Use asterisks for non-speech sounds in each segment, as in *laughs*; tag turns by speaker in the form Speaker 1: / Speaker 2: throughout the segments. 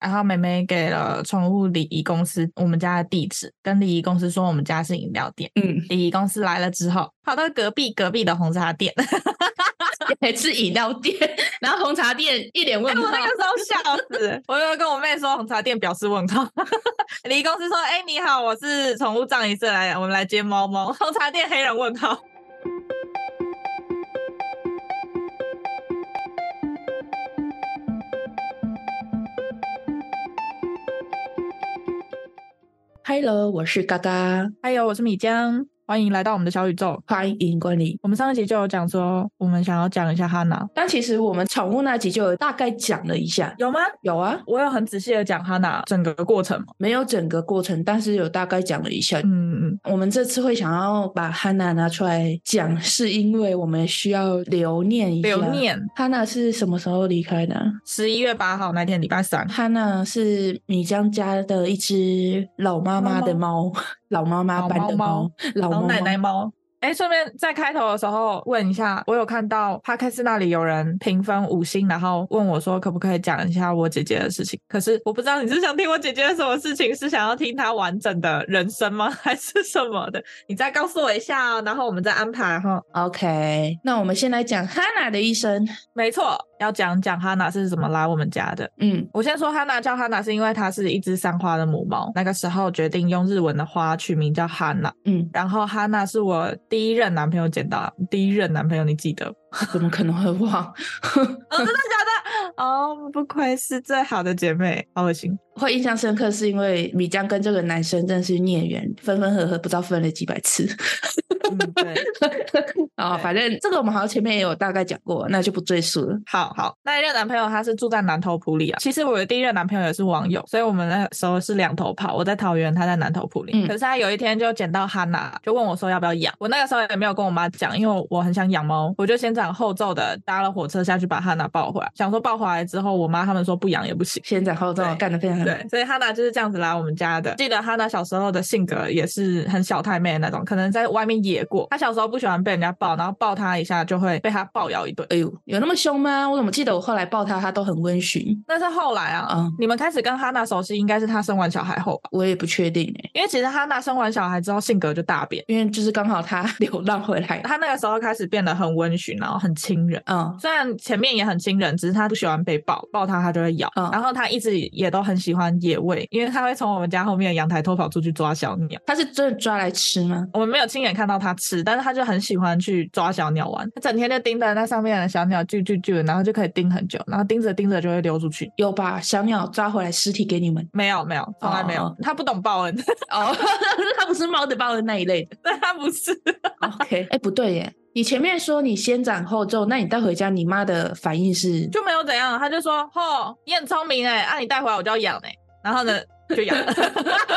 Speaker 1: 然后妹妹给了宠物礼仪公司我们家的地址，跟礼仪公司说我们家是饮料店。
Speaker 2: *laughs* 嗯，
Speaker 1: 礼仪公司来了之后，跑到隔壁隔壁的红茶店， *laughs*
Speaker 2: 也是饮料店，然后红茶店一脸问
Speaker 1: 我
Speaker 2: 号，
Speaker 1: 那个时候笑死，我就跟我妹说红茶店表示问号。 *laughs* 礼仪公司说：“哎、你好，我是宠物葬仪社来的，我们来接猫猫。” *laughs* 红茶店黑人问号。
Speaker 2: Hello，我是嘎嘎，
Speaker 1: 还有，我是米江，欢迎来到我们的小宇宙。
Speaker 2: 欢迎光临。
Speaker 1: 我们上一集就有讲说，我们想要讲一下哈娜，
Speaker 2: 但其实我们宠物那集就有大概讲了一下，
Speaker 1: 有吗？
Speaker 2: 有啊，
Speaker 1: 我有很仔细的讲哈娜整个过程吗？
Speaker 2: 没有整个过程，但是有大概讲了一下。
Speaker 1: 嗯嗯，
Speaker 2: 我们这次会想要把汉娜拿出来讲，是因为我们需要留念一下。
Speaker 1: 留。念
Speaker 2: 汉娜是什么时候离开的啊？
Speaker 1: 十一月八号那天礼拜三，
Speaker 2: 汉娜是米江家的一只老妈妈的猫， *laughs* 老妈妈版的猫，老
Speaker 1: 老
Speaker 2: 猫
Speaker 1: 奶奶猫。哎，顺便在开头的时候问一下，我有看到 p 克斯那里有人评分五星，然后问我说可不可以讲一下我姐姐的事情。可是我不知道你是想听我姐姐的什么事情，是想要听她完整的人生吗， *laughs* 还是什么的？你再告诉我一下、哦，然后我们再安排哈、
Speaker 2: OK，那我们先来讲汉娜的一生。
Speaker 1: 没错，要讲讲哈娜是怎么来我们家的。
Speaker 2: 嗯，
Speaker 1: 我先说哈娜叫哈娜，是因为它是一只三花的母猫，那个时候决定用日文的花取名叫哈娜。
Speaker 2: 嗯，
Speaker 1: 然后哈娜是我第一任男朋友捡到的，第一任男朋友你记得？哦，
Speaker 2: 怎么可能会忘？ *laughs*
Speaker 1: 真的假的？哦，不愧是最好的姐妹，好恶心。
Speaker 2: 会印象深刻是因为米江跟这个男生真的是孽缘，分分合合，不知道分了几百次 *laughs*
Speaker 1: 嗯， *laughs* 对，
Speaker 2: 啊、
Speaker 1: 对
Speaker 2: 反正这个我们好像前面也有大概讲过，那就不赘述了。
Speaker 1: 好好，那一任男朋友他是住在南头埔里啊。其实我的第一任男朋友也是网友，所以我们那时候是两头跑，我在桃园，他在南头埔里。
Speaker 2: 嗯
Speaker 1: 可是他有一天就捡到哈娜，就问我说要不要养。我那个时候也没有跟我妈讲，因为我很想养猫，我就先斩后奏的搭了火车下去把哈娜抱回来，想说抱回来之后，我妈他们说不养也不行。
Speaker 2: 先斩后奏
Speaker 1: 对
Speaker 2: 干得非常好。
Speaker 1: 对，所以哈娜就是这样子来我们家的。记得哈娜小时候的性格也是很小太妹的那种，可能在外面野过。她小时候不喜欢被人家抱，然后抱她一下就会被她暴咬一顿。
Speaker 2: 哎呦，有那么凶吗？我怎么记得我后来抱他，他都很温驯
Speaker 1: 但是后来啊，
Speaker 2: 啊、
Speaker 1: 你们开始跟哈娜熟悉，应该是她生完小孩后吧？
Speaker 2: 我也不确定哎、
Speaker 1: 因为其实哈娜生完小孩之后性格就大变，
Speaker 2: 因为就是刚好他 *laughs* 流浪回来，
Speaker 1: 她那个时候开始变得很温驯，然后很亲人。
Speaker 2: 嗯
Speaker 1: 虽然前面也很亲人，只是她不喜欢被抱，抱她她就会咬。
Speaker 2: 嗯
Speaker 1: 然后她一直也都很喜欢野味，因为她会从我们家后面的阳台偷跑出去抓小鸟。
Speaker 2: 他是真的抓来吃吗？
Speaker 1: 我们没有亲眼看到它吃，但是它就很喜欢去抓小鸟玩，它整天就盯着那上面的小鸟啾啾啾，然后就可以盯很久，然后盯着盯着就会溜出去。
Speaker 2: 有把小鸟抓回来尸体给你们
Speaker 1: 没有没有，从来没有
Speaker 2: 哦，
Speaker 1: 它、不懂报恩， *laughs*
Speaker 2: 哦， *laughs* 它不是猫的报恩那一类的。
Speaker 1: 但它不是。
Speaker 2: OK，哎、不对耶，你前面说你先斩后奏，那你带回家，你妈的反应是
Speaker 1: 就没有怎样，他就说：“吼，你很聪明哎，啊你带回来我就要养哎。”然后呢就养了，
Speaker 2: *laughs*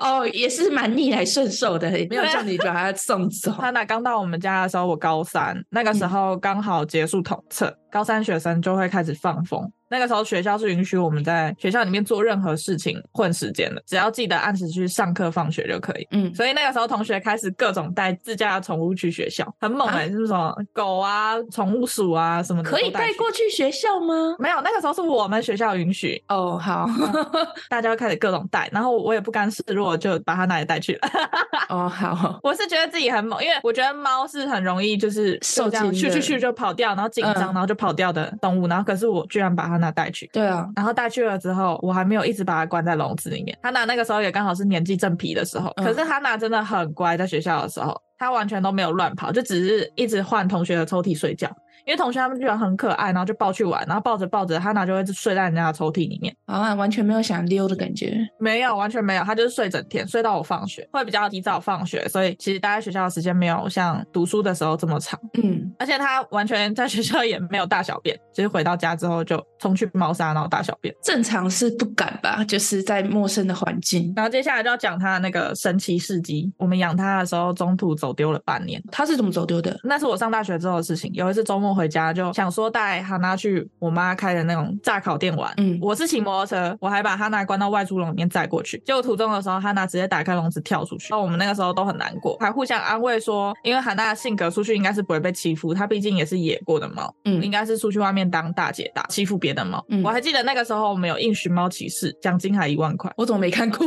Speaker 2: 哦，也是蛮逆来顺受的，没有
Speaker 1: 对啊
Speaker 2: 叫你把它送走。
Speaker 1: 他那刚到我们家的时候，我高三，那个时候刚好结束统测，高三学生就会开始放风。那个时候学校是允许我们在学校里面做任何事情混时间的，只要记得按时去上课、放学就可以。
Speaker 2: 嗯，
Speaker 1: 所以那个时候同学开始各种带自家的宠物去学校，很猛哎、
Speaker 2: 啊
Speaker 1: 就是什么狗啊、宠物鼠啊什么的
Speaker 2: 可以
Speaker 1: 都带
Speaker 2: 带
Speaker 1: 去。
Speaker 2: 过去学校吗？
Speaker 1: 没有，那个时候是我们学校允许，
Speaker 2: 哦，好， *laughs*
Speaker 1: 大家就开始各种带，然后我也不甘示弱，就把它拿来带去了。 *laughs*
Speaker 2: 哦，好，
Speaker 1: 我是觉得自己很猛，因为我觉得猫是很容易就是
Speaker 2: 受
Speaker 1: 就这样
Speaker 2: 惊
Speaker 1: 去
Speaker 2: 的
Speaker 1: 去去就跑掉，然后紧张，然
Speaker 2: 嗯
Speaker 1: 后就跑掉的动物。然后可是我居然把它拿带去，
Speaker 2: 对啊，
Speaker 1: 然后带去了之后，我还没有一直把它关在笼子里面。哈娜那个时候也刚好是年纪正皮的时候，
Speaker 2: 嗯
Speaker 1: 可是哈娜真的很乖，在学校的时候，她完全都没有乱跑，就只是一直换同学的抽屉睡觉。因为同学他们居然很可爱，然后就抱去玩，然后抱着抱着，哈娜就会睡在人家的抽屉里面。
Speaker 2: 啊，完全没有想溜的感觉。
Speaker 1: 没有，完全没有，他就是睡整天，睡到我放学，会比较提早放学，所以其实待在学校的时间没有像读书的时候这么长，
Speaker 2: 嗯，
Speaker 1: 而且他完全在学校也没有大小便，就是回到家之后就冲去猫砂，然后大小便。
Speaker 2: 正常是不敢吧，就是在陌生的环境。
Speaker 1: 然后接下来就要讲他那个神奇事迹，我们养他的时候中途走走丢了半年。
Speaker 2: 他是怎么走丢的？
Speaker 1: 那是我上大学之后的事情。有一次周末回家，就想说带哈娜去我妈开的那种炸烤店玩。
Speaker 2: 嗯
Speaker 1: 我是骑摩托车，我还把哈娜关到外猪笼里面载过去。结果途中的时候，哈娜直接打开笼子跳出去。然后我们那个时候都很难过，还互相安慰说，因为哈娜的性格出去应该是不会被欺负，她毕竟也是野过的猫，
Speaker 2: 嗯
Speaker 1: 应该是出去外面当大姐大，欺负别的猫。
Speaker 2: 嗯
Speaker 1: 我还记得那个时候我们有应寻猫启事，奖金还一万块。
Speaker 2: 我怎么没看 *laughs* 过？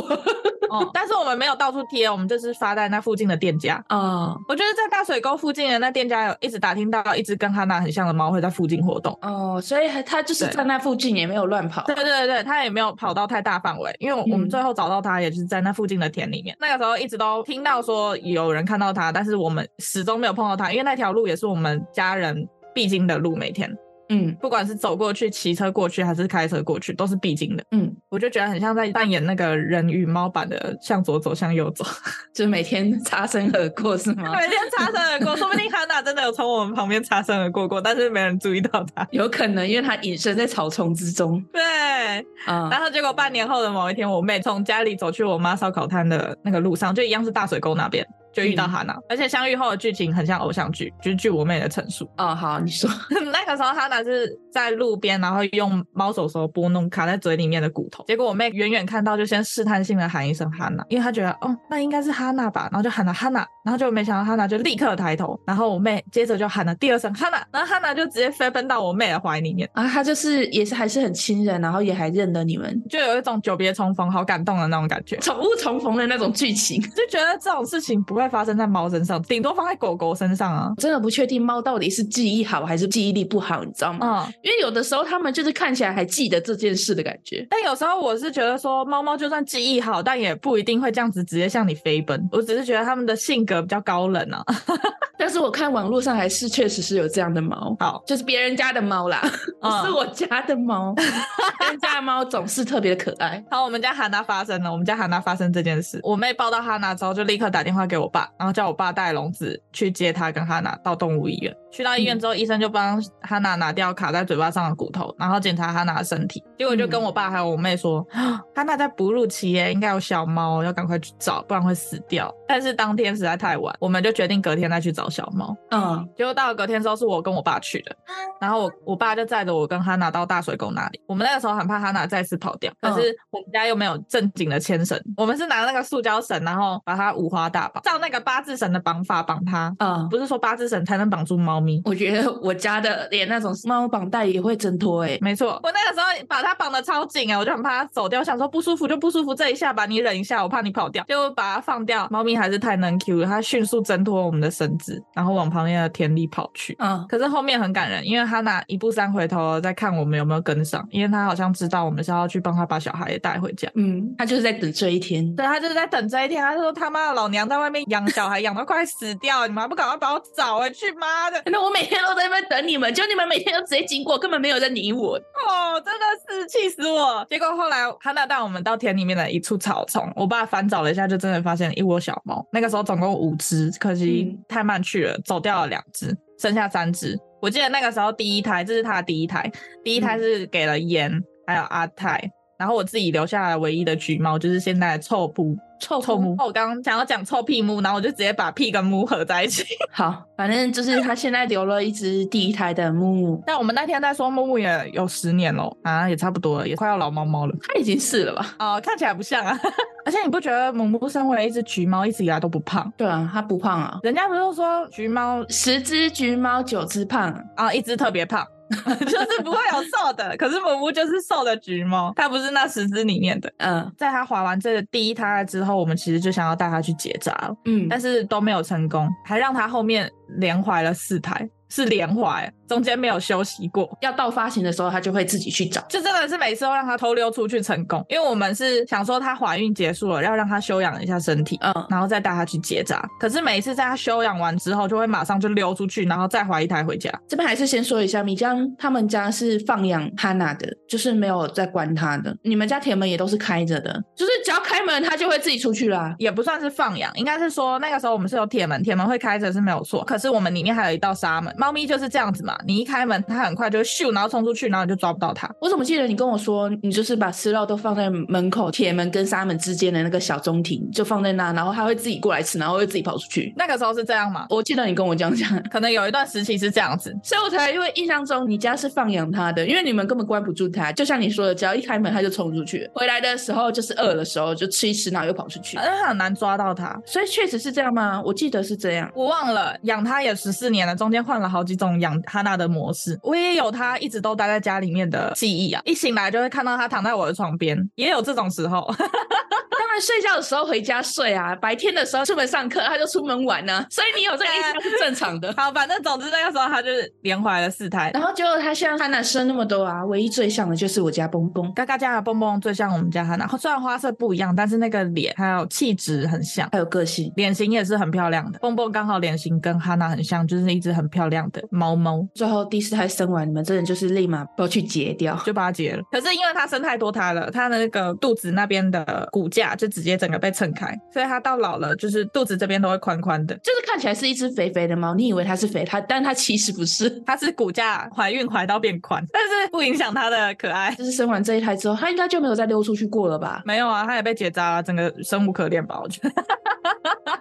Speaker 1: 哦， *laughs* 但是我们没有到处贴，我们就是发在那附近的店家。
Speaker 2: 啊
Speaker 1: 我觉得在大水沟附近的那店家有一直打听到一只跟哈娜很像的猫会在附近活动。
Speaker 2: 哦，所以他就是
Speaker 1: 对
Speaker 2: 在那附近也没有乱跑。
Speaker 1: 对对对，它也没有跑到太大范围，因为我我们
Speaker 2: 嗯
Speaker 1: 最后找到它也是在那附近的田里面。那个时候一直都听到说有人看到它，但是我们始终没有碰到它，因为那条路也是我们家人必经的路，每天
Speaker 2: 嗯
Speaker 1: 不管是走过去、骑车过去还是开车过去，都是必经的。
Speaker 2: 嗯，
Speaker 1: 我就觉得很像在扮演那个人与猫版的向左走向右走，
Speaker 2: 就是每天 *laughs* 擦身而过是吗？
Speaker 1: *laughs* 每天擦身而过，说不定哈娜真的有从我们旁边擦身而过过，但是没人注意到
Speaker 2: *laughs*
Speaker 1: 它。
Speaker 2: 有可能，因为他隐身在草丛之中
Speaker 1: 对，
Speaker 2: 啊。
Speaker 1: 然后结果半年后的某一天，我妹从家里走去我妈烧烤摊的那个路上，就一样是大水沟那边。就遇到哈娜，而且相遇后的剧情很像偶像剧，就是据我妹的陈述。
Speaker 2: 哦，好，你说，
Speaker 1: *laughs* 那个时候哈娜是在路边，然后用猫手手拨弄卡在嘴里面的骨头，结果我妹远远看到就先试探性的喊一声哈娜，因为她觉得哦那应该是哈娜吧，然后就喊了哈娜，然后就没想到哈娜就立刻抬头，然后我妹接着就喊了第二声哈娜，然后哈娜就直接飞奔到我妹的怀里面。
Speaker 2: 啊，他就是也是还是很亲人，然后也还认得你们，
Speaker 1: 就有一种久别重逢、好感动的那种感觉。 *laughs*
Speaker 2: 宠物重逢的那种剧情。
Speaker 1: 就觉得这种事情不会发生在猫身上，顶多放在狗狗身上啊。
Speaker 2: *laughs* 真的不确定猫到底是记忆好还是记忆力不好，你知道吗？
Speaker 1: 嗯，
Speaker 2: 因为有的时候它们就是看起来还记得这件事的感觉。
Speaker 1: 但有时候我是觉得说，猫猫就算记忆好，但也不一定会这样子直接向你飞奔。我只是觉得它们的性格比较高冷啊。
Speaker 2: *laughs* 但是我看网络上还是确实是有这样的猫，
Speaker 1: 好，
Speaker 2: 就是别人家的猫啦，不
Speaker 1: 嗯
Speaker 2: *laughs* 是我家的 *laughs* 猫。别人家的猫总是特别的可爱。
Speaker 1: 好，我们家哈娜发生了，我们家哈娜发生这件事，我妹抱到哈娜之后，就立刻打电话给我爸，然后叫我爸带笼子去接她跟哈娜到动物医院。去到医
Speaker 2: 嗯
Speaker 1: 院之后，医生就帮哈娜拿掉卡在嘴巴上的骨头，然后检查哈娜的身体。结果就
Speaker 2: 嗯
Speaker 1: 跟我爸还有我妹说，啊哈娜在哺乳期耶，应该有小猫，要赶快去找，不然会死掉。但是当天实在太晚，我们就决定隔天再去找小猫。
Speaker 2: 嗯，
Speaker 1: 结果到了隔天之后，是我跟我爸去的，然后我我爸就载着我跟哈娜到大水沟那里。我们那个时候很怕哈娜再次跑掉，可是我们家又没有正经的牵绳，我们是拿那个塑胶绳，然后把它五花大绑，照那个八字绳的绑法绑它。
Speaker 2: 啊、
Speaker 1: 不是说八字绳才能绑住猫咪，
Speaker 2: 我觉得我家的连那种猫绑带也会挣脱哎、
Speaker 1: 没错。我那个时候把它绑的超紧啊，我就很怕它走掉，想说不舒服就不舒服，这一下吧，你忍一下，我怕你跑掉，就把它放掉。猫咪还是太能 Q 了，它迅速挣脱我们的绳子，然后往旁边的田里跑去。
Speaker 2: 嗯，
Speaker 1: 可是后面很感人，因为哈娜一步三回头在看我们有没有跟上，因为她好像知道我们是要去帮她把小孩也带回家。
Speaker 2: 嗯，他就是在等这一天。
Speaker 1: 对，她就是在等这一天。她说：“他妈的，老娘在外面养小孩养到快死掉，你们还不赶快把我找回去？妈的，
Speaker 2: 那我每天都在那边等你们，就你们每天都直接经过，根本没有在理我。
Speaker 1: 哦，真的是气死我！”结果后来哈娜带我们到田里面的一处草丛，我爸翻找了一下，就真的发现了一窝小猫。那个时候总共五只，可惜
Speaker 2: 嗯
Speaker 1: 太慢去了，走掉了两只，剩下三只。我记得那个时候第一胎，这是他的第一胎，第一胎
Speaker 2: 嗯
Speaker 1: 是给了妍，还有阿泰，然后我自己留下来唯一的橘猫就是现在的臭布
Speaker 2: 臭
Speaker 1: 臭
Speaker 2: 木
Speaker 1: 木。哦我刚刚想要讲臭屁木，然后我就直接把屁跟木合在一起。 *laughs*
Speaker 2: 好，反正就是他现在留了一只第一胎的木木，
Speaker 1: 但我们那天在说木木也有十年咯，啊，也差不多了，也快要老猫猫了。
Speaker 2: 他已经是了吧？
Speaker 1: 哦，看起来不像啊。 *laughs* 而且你不觉得母木身为一只橘猫，一直以来都不胖？
Speaker 2: 对啊，他不胖啊，
Speaker 1: 人家不是说橘猫
Speaker 2: 十只橘猫九只胖，
Speaker 1: 啊，一只特别胖。 *laughs* 就是不会有瘦的，可是母木就是瘦的橘猫，它不是那十只里面的。
Speaker 2: 嗯
Speaker 1: 在它滑完这个第一胎之后，我们其实就想要带它去结扎了，
Speaker 2: 嗯，
Speaker 1: 但是都没有成功，还让它后面连怀了四胎，是连怀，中间没有休息过。
Speaker 2: 要到发情的时候，他就会自己去找。
Speaker 1: 就真的是每次都让它偷溜出去成功，因为我们是想说它怀孕结束了，要让它休养一下身体，
Speaker 2: 嗯，
Speaker 1: 然后再带它去结扎。可是每一次在它休养完之后，就会马上就溜出去，然后再怀一胎回家。
Speaker 2: 这边还是先说一下，米江他们家是放养哈娜的，就是没有在关他的。你们家铁门也都是开着的，就是只要开门，他就会自己出去啦。
Speaker 1: 也不算是放养，应该是说那个时候我们是有铁门，铁门会开着是没有错。可是我们里面还有一道纱门，猫咪就是这样子嘛，你一开门，它很快就会咻，然后冲出去，然后你就抓不到它。
Speaker 2: 我怎么记得你跟我说，你就是把吃肉都放在门口铁门跟纱门之间的那个小中庭，就放在那，然后它会自己过来吃，然后会自己跑出去。
Speaker 1: 那个时候是这样嘛？
Speaker 2: 我记得你跟我这样讲，
Speaker 1: 可能有一段时期是这样子，
Speaker 2: 所以我才因为印象中你家是放养它的，因为你们根本关不住它。就像你说的，只要一开门它就冲出去，回来的时候就是饿的时候就吃一吃，然后又跑出去。
Speaker 1: 但是很难抓到它。
Speaker 2: 所以确实是这样吗？我记得是这样。
Speaker 1: 我忘了养它也十四年了，中间换了好几种养哈娜的模式。我也有它一直都待在家里面的记忆啊，一醒来就会看到它躺在我的床边，也有这种时候。。
Speaker 2: 当然睡觉的时候回家睡啊，白天的时候出门上课它就出门玩呢、啊所以你有这个印象是正常的
Speaker 1: 好，反正总之那个时候它就是连怀了四胎。
Speaker 2: *laughs* 然后结果他像他男生那么多啊，唯一最像的就是我家蹦蹦，
Speaker 1: 嘎嘎家的蹦蹦最像我们家哈娜，虽然花色不一样，但是那个脸还有气质很像。
Speaker 2: 还有个性。
Speaker 1: 脸型也是很漂亮的，蹦蹦刚好脸型跟哈娜很像，就是一只很漂亮的猫猫，
Speaker 2: 最后第四胎生完，你们真的就是立马都去截掉。
Speaker 1: 就把它截了。可是因为它生太多胎了，它的那个肚子那边的骨架就直接整个被撑开，所以它到老了就是肚子这边都会宽宽的。
Speaker 2: 就是看起来是一只肥肥的猫，你以为它是肥，它但它其实不是。
Speaker 1: 它是骨架怀孕怀到变宽，但是不影响它的可爱。 *laughs*
Speaker 2: 就是生完这一胎之后，它应该就没有再溜出去过了吧？
Speaker 1: 没有啊，它也被结扎了，整个生无可恋吧？我觉得。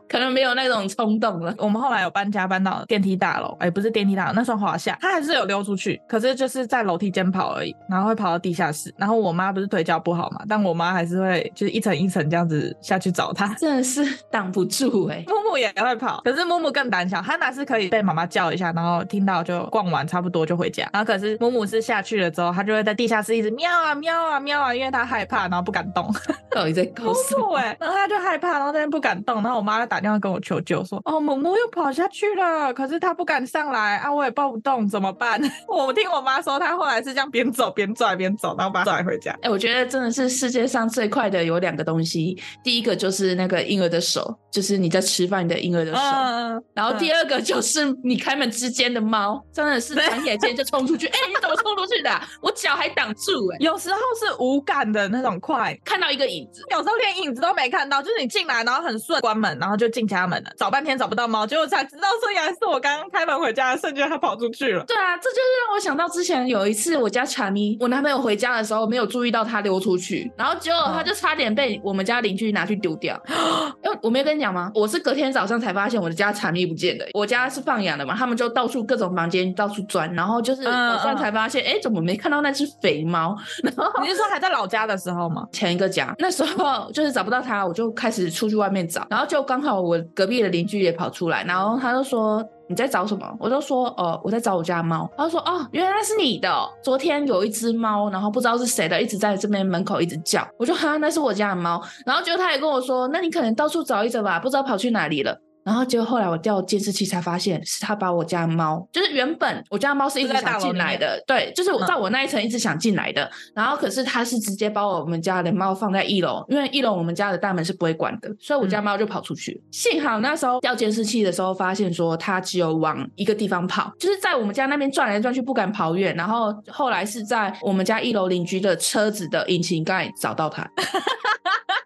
Speaker 2: 可能没有那种冲动了。
Speaker 1: 我们后来有搬家，搬到电梯大楼，哎、不是电梯大楼，那算华夏，它还是有溜出去，可是就是在楼梯间跑而已，然后会跑到地下室。然后我妈不是腿脚不好嘛，但我妈还是会就是一层一层这样子下去找它。
Speaker 2: 真的是挡不住哎、
Speaker 1: *laughs* 木木也会跑，可是木木更胆小，哈娜是可以被妈妈叫一下，然后听到就逛完差不多就回家。然后可是木木是下去了之后，它就会在地下室一直喵啊喵啊喵啊，因为它害怕，然后不敢动。
Speaker 2: 到底在搞
Speaker 1: 母
Speaker 2: 什么？
Speaker 1: 母哎、然后他就害怕，然后在那边不敢动，然后我妈就打电话跟我求救说，哦，母母又跑下去了，可是她不敢上来啊，我也抱不动，怎么办？ *laughs* 我听我妈说，她后来是这样边走边拽边走，然后把她拽回家。
Speaker 2: 哎、我觉得真的是世界上最快的有两个东西，第一个就是那个婴儿的手，就是你在吃饭你的婴儿的手，
Speaker 1: 嗯，
Speaker 2: 然后第二个就是你开门之间的猫，真的是转眼间就冲出去。哎、你怎么冲出去的啊、我脚还挡住哎、
Speaker 1: 有时候是无感的那种快，
Speaker 2: 看到一个影子，
Speaker 1: 有时候连影子都没看到，就是你进来然后很顺，关门然后就进家门了，找半天找不到猫，结果才知道说原来是我刚刚开门回家的瞬间它跑出去
Speaker 2: *laughs*
Speaker 1: 了。
Speaker 2: 对啊，这就是让我想到之前有一次我家查咪，我男朋友回家的时候没有注意到他溜出去，然后结果
Speaker 1: 嗯
Speaker 2: 他就差点被我们家邻居拿去丢掉。 *gasps* 因为我没有跟你讲吗？我是隔天早上才发现我的家产蜜不见了。我家是放养的嘛，他们就到处各种房间到处钻，然后就是
Speaker 1: 嗯
Speaker 2: 早上
Speaker 1: 嗯
Speaker 2: 才发现，哎、怎么没看到那只肥猫？然后
Speaker 1: 你是说还在老家的时候吗？
Speaker 2: 前一个家，那时候就是找不到他，我就开始出去外面找，然后就刚好我隔壁的邻居也跑出来，然后他就说。你在找什么？我就说，哦，我在找我家猫。他就说，哦，原来是你的哦、昨天有一只猫，然后不知道是谁的，一直在这边门口一直叫。我就哈，那是我家的猫。然后结果他也跟我说，那你可能到处找一找吧，不知道跑去哪里了。然后结果后来我调监视器才发现，是他把我家的猫，就是原本我家的猫是一直
Speaker 1: 是在大
Speaker 2: 想
Speaker 1: 楼
Speaker 2: 进
Speaker 1: 里
Speaker 2: 来
Speaker 1: 面
Speaker 2: 的，对，就是我
Speaker 1: 嗯
Speaker 2: 在我那一层一直想进来的。然后可是他是直接把我们家的猫放在一楼，因为一楼我们家的大门是不会关的，所以我
Speaker 1: 嗯
Speaker 2: 家猫就跑出去。幸好那时候调监视器的时候发现说它只有往一个地方跑，就是在我们家那边转来转去不敢跑远。然后后来是在我们家一楼邻居的车子的引擎盖找到它。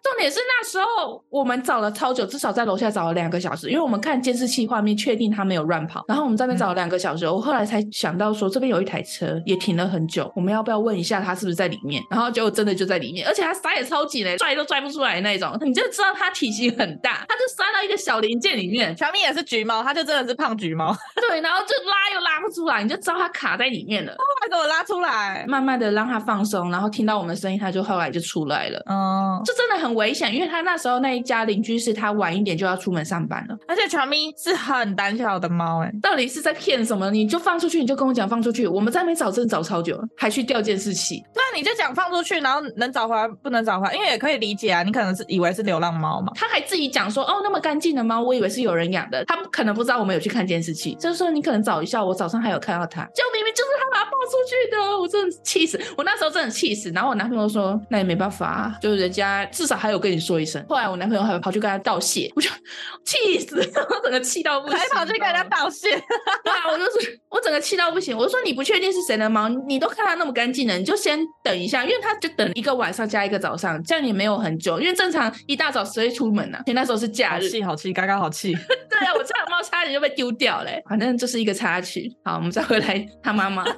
Speaker 2: 重点是那时候我们找了超久，至少在楼下找了两个小时，因为我们看监视器画面确定他没有乱跑，然后我们在那边找了两个小时，我后来才想到说这边有一台车也停了很久，我们要不要问一下他是不是在里面？然后结果真的就在里面，而且他塞也超紧嘞，拽都拽不出来的那种，你就知道他体型很大，他就塞到一个小零件里面，
Speaker 1: 小米也是橘猫，它就真的是胖橘猫， *laughs* 它
Speaker 2: 对，然后就拉又拉不出来，你就知道他卡在里面了。
Speaker 1: 还给我拉出来。
Speaker 2: 慢慢的让他放松，然后听到我们的声音，他就后来就出来了。
Speaker 1: 嗯，
Speaker 2: 这真的很危险，因为他那时候那一家邻居是他晚一点就要出门上班了，
Speaker 1: 而且乔咪是很胆小的猫、欸，
Speaker 2: 到底是在骗什么？你就放出去，你就跟我讲放出去，我们在那边找证找超久，还去调监视器，
Speaker 1: 对啊，你就讲放出去，然后能找回来不能找回来，因为也可以理解啊，你可能是以为是流浪猫嘛，
Speaker 2: 他还自己讲说哦那么干净的猫，我以为是有人养的，他可能不知道我们有去看监视器，就是说你可能找一下，我早上还有看到他，就明明就是他把他抱出去的，我真的气死，我那时候真的气死，然后我男朋友说那也没办法、啊，就是人家至少还有跟你说一声，后来我男朋友还跑去跟他道谢，我就气死，我整个气到
Speaker 1: *laughs*
Speaker 2: 不行， *laughs*
Speaker 1: 还跑去跟人家道 *laughs* 谢。
Speaker 2: 对啊，我就是我整个气到不行。我说你不确定是谁的猫，你都看它那么干净了，你就先等一下，因为它就等一个晚上加一个早上，这样也没有很久，因为正常一大早谁会出门啊？而且那时候是假
Speaker 1: 好
Speaker 2: 日，
Speaker 1: 气，好气，刚刚好气。
Speaker 2: 对对啊，我家的猫差点就被丢掉嘞。反正就是一个插曲。好，我们再回来他妈妈。
Speaker 1: *laughs*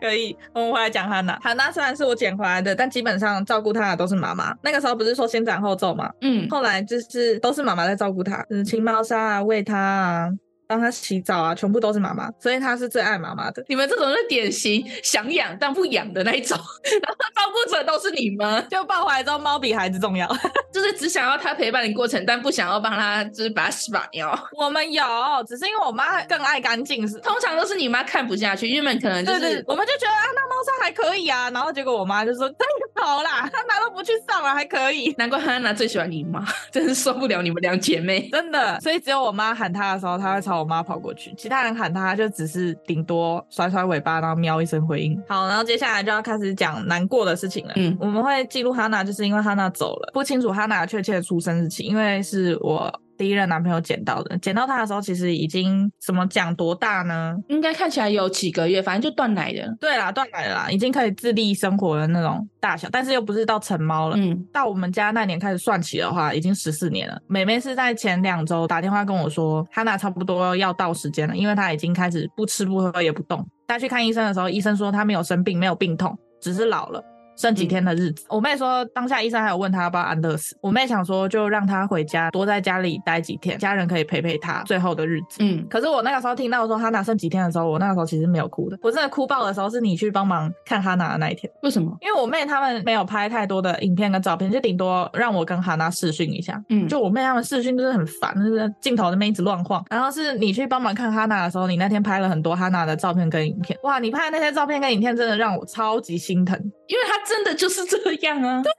Speaker 1: 可以，我们回来讲哈娜。哈娜虽然是我捡回来的，但基本上照顾她的都是妈妈。那个时候不是说先斩后奏吗？
Speaker 2: 嗯，
Speaker 1: 后来就是都是妈妈在照顾她，嗯，清猫砂啊，喂她啊，帮她洗澡啊，全部都是妈妈，所以她是最爱妈妈的。
Speaker 2: 你们这种就是典型想养但不养的那一种，然后照顾者都是你们，
Speaker 1: 就抱回来之后，猫比孩子重要。 *laughs*
Speaker 2: 就是只想要他陪伴的过程，但不想要帮他，就是把他屎把尿。
Speaker 1: 我们有，只是因为我妈更爱干净，是
Speaker 2: 通常都是你妈看不下去，因为可能就
Speaker 1: 对
Speaker 2: 是
Speaker 1: 对，我们就觉得啊，那猫砂还可以啊，然后结果我妈就说 *laughs* 太好啦，她哪都不去上了，还可以。
Speaker 2: 难怪汉娜最喜欢你妈， *laughs* 真是受不了你们两姐妹。
Speaker 1: 真的，所以只有我妈喊她的时候，她会朝我妈跑过去；其他人喊她，就只是顶多甩甩尾巴，然后喵一声回应。好，然后接下来就要开始讲难过的事情了。
Speaker 2: 嗯
Speaker 1: 我们会记录哈娜，就是因为哈娜走了，不清楚哈娜确切的出生日期，因为是我第一任男朋友捡到的。捡到她的时候，其实已经怎么讲多大呢？
Speaker 2: 应该看起来有几个月，反正就断奶的。
Speaker 1: 对啦，断奶了啦，已经可以自立生活的那种大小，但是又不是到成猫了。
Speaker 2: 嗯，
Speaker 1: 到我们家那年开始算起的话，已经十四年了。妹妹是在前两周打电话跟我说，哈娜差不多要到时间了，因为她已经开始不吃不喝也不动。带去看医生的时候，医生说她没有生病，没有病痛，只是老了。剩几天的日子，我妹说当下医生还有问她要不要安乐死，我妹想说就让她回家，多在家里待几天，家人可以陪陪她最后的日子。
Speaker 2: 嗯，
Speaker 1: 可是我那个时候听到说哈娜剩几天的时候，我那个时候其实没有哭的，我真的哭爆的时候是你去帮忙看哈娜的那一天。
Speaker 2: 为什么？
Speaker 1: 因为我妹她们没有拍太多的影片跟照片，就顶多让我跟哈娜视讯一下。
Speaker 2: 嗯，
Speaker 1: 就我妹她们视讯就是很烦，就是镜头那边一直乱晃。然后是你去帮忙看哈娜的时候，你那天拍了很多哈娜的照片跟影片。哇，你拍的那些照片跟影片真的让我超级心疼。
Speaker 2: 因为他真的就是这样啊。
Speaker 1: 对，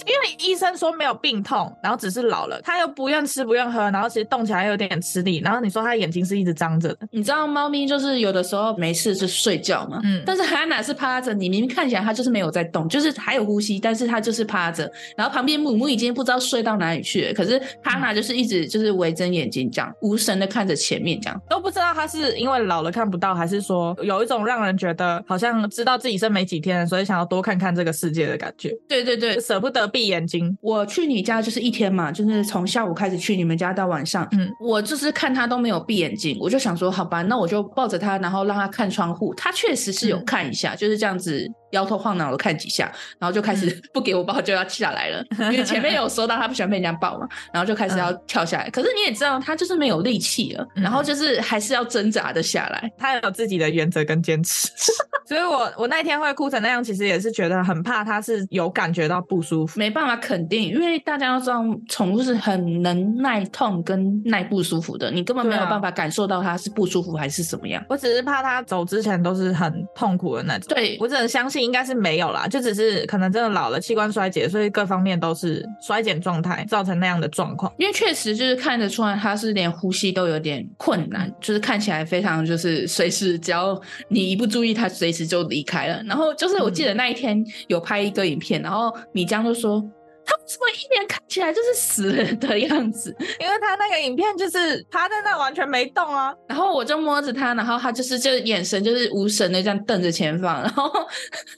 Speaker 1: 因为医生说没有病痛，然后只是老了，她又不愿吃不愿喝，然后其实动起来又有点吃力。然后你说她眼睛是一直张着的，
Speaker 2: 你知道猫咪就是有的时候没事就睡觉嘛，
Speaker 1: 嗯
Speaker 2: 但是哈娜是趴着，你明明看起来它就是没有在动，就是还有呼吸，但是它就是趴着。然后旁边母母已经不知道睡到哪里去了，可是哈娜就是一直就是微睁眼睛这样，无神的看着前面这样。
Speaker 1: 都不知道她是因为老了看不到，还是说有一种让人觉得好像知道自己剩没几天了，所以想要多看看这个世界的感觉。
Speaker 2: 对对对，
Speaker 1: 舍不得闭眼睛。
Speaker 2: 我去你家就是一天嘛，就是从下午开始去你们家到晚上，
Speaker 1: 嗯，
Speaker 2: 我就是看他都没有闭眼睛，我就想说，好吧，那我就抱着他，然后让他看窗户。他确实是有
Speaker 1: 嗯
Speaker 2: 看一下，就是这样子摇头晃脑的看几下，然后就开始、
Speaker 1: 嗯
Speaker 2: 不给我抱就要下
Speaker 1: *laughs*
Speaker 2: 来了，因为前面有说到他不喜欢被人家抱嘛，然后就开始要跳下来。可是你也知道，他就是没有力气了，
Speaker 1: 嗯
Speaker 2: 然后就是还是要挣扎的下来。
Speaker 1: 他有自己的原则跟坚持， *laughs* 所以我我那天会哭成那样，其实也是觉得很怕他是有感觉到不舒服。
Speaker 2: 没办法肯定，因为大家都知道，宠物是很能耐痛跟耐不舒服的，你根本没有
Speaker 1: 对啊
Speaker 2: 办法感受到它是不舒服还是怎么样。
Speaker 1: 我只是怕他走之前都是很痛苦的那种。
Speaker 2: 对，
Speaker 1: 我只能相信应该是没有啦，就只是可能真的老了，器官衰竭，所以各方面都是衰减状态，造成那样的状况。
Speaker 2: 因为确实就是看得出来，它是连呼吸都有点困
Speaker 1: 嗯
Speaker 2: 难，就是看起来非常就是随时，只要你一不注意，它随时就离开了。然后就是我记得那一天有拍一个影片，然后米江就说。他为什么一脸看起来就是死了的样子？
Speaker 1: 因为他那个影片就是趴在那完全没动啊，
Speaker 2: 然后我就摸着它，然后它就是就是眼神就是无神的这样瞪着前方，然后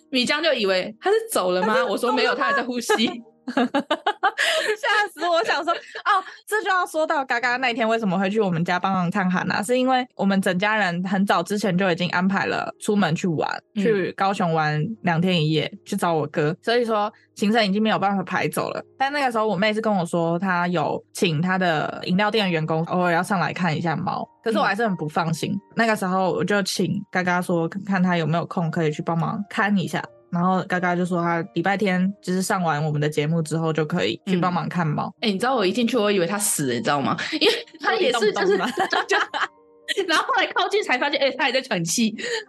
Speaker 2: 米江就以为它是走了吗？我说没有，它还在呼 *laughs* 吸。
Speaker 1: 吓死我！想说哦，这就要说到嘎嘎那天为什么会去我们家帮忙看韩娜，啊是因为我们整家人很早之前就已经安排了出门去玩，
Speaker 2: 嗯
Speaker 1: 去高雄玩两天一夜，去找我哥，所以说行程已经没有办法排走了。但那个时候我妹是跟我说，她有请她的饮料店的员工偶尔要上来看一下猫，可是我
Speaker 2: 嗯
Speaker 1: 还是很不放心。那个时候我就请嘎嘎说，看他有没有空可以去帮忙看一下。然后嘎嘎就说他礼拜天就是上完我们的节目之后就可以去帮
Speaker 2: 嗯
Speaker 1: 忙看猫。
Speaker 2: 哎、你知道我一进去，我以为他死了，你知道吗？因为他也是就是
Speaker 1: 动不动吗
Speaker 2: 就， *laughs* 然后后来靠近才发现，哎、他还在喘气，
Speaker 1: 吓死
Speaker 2: 很可怕、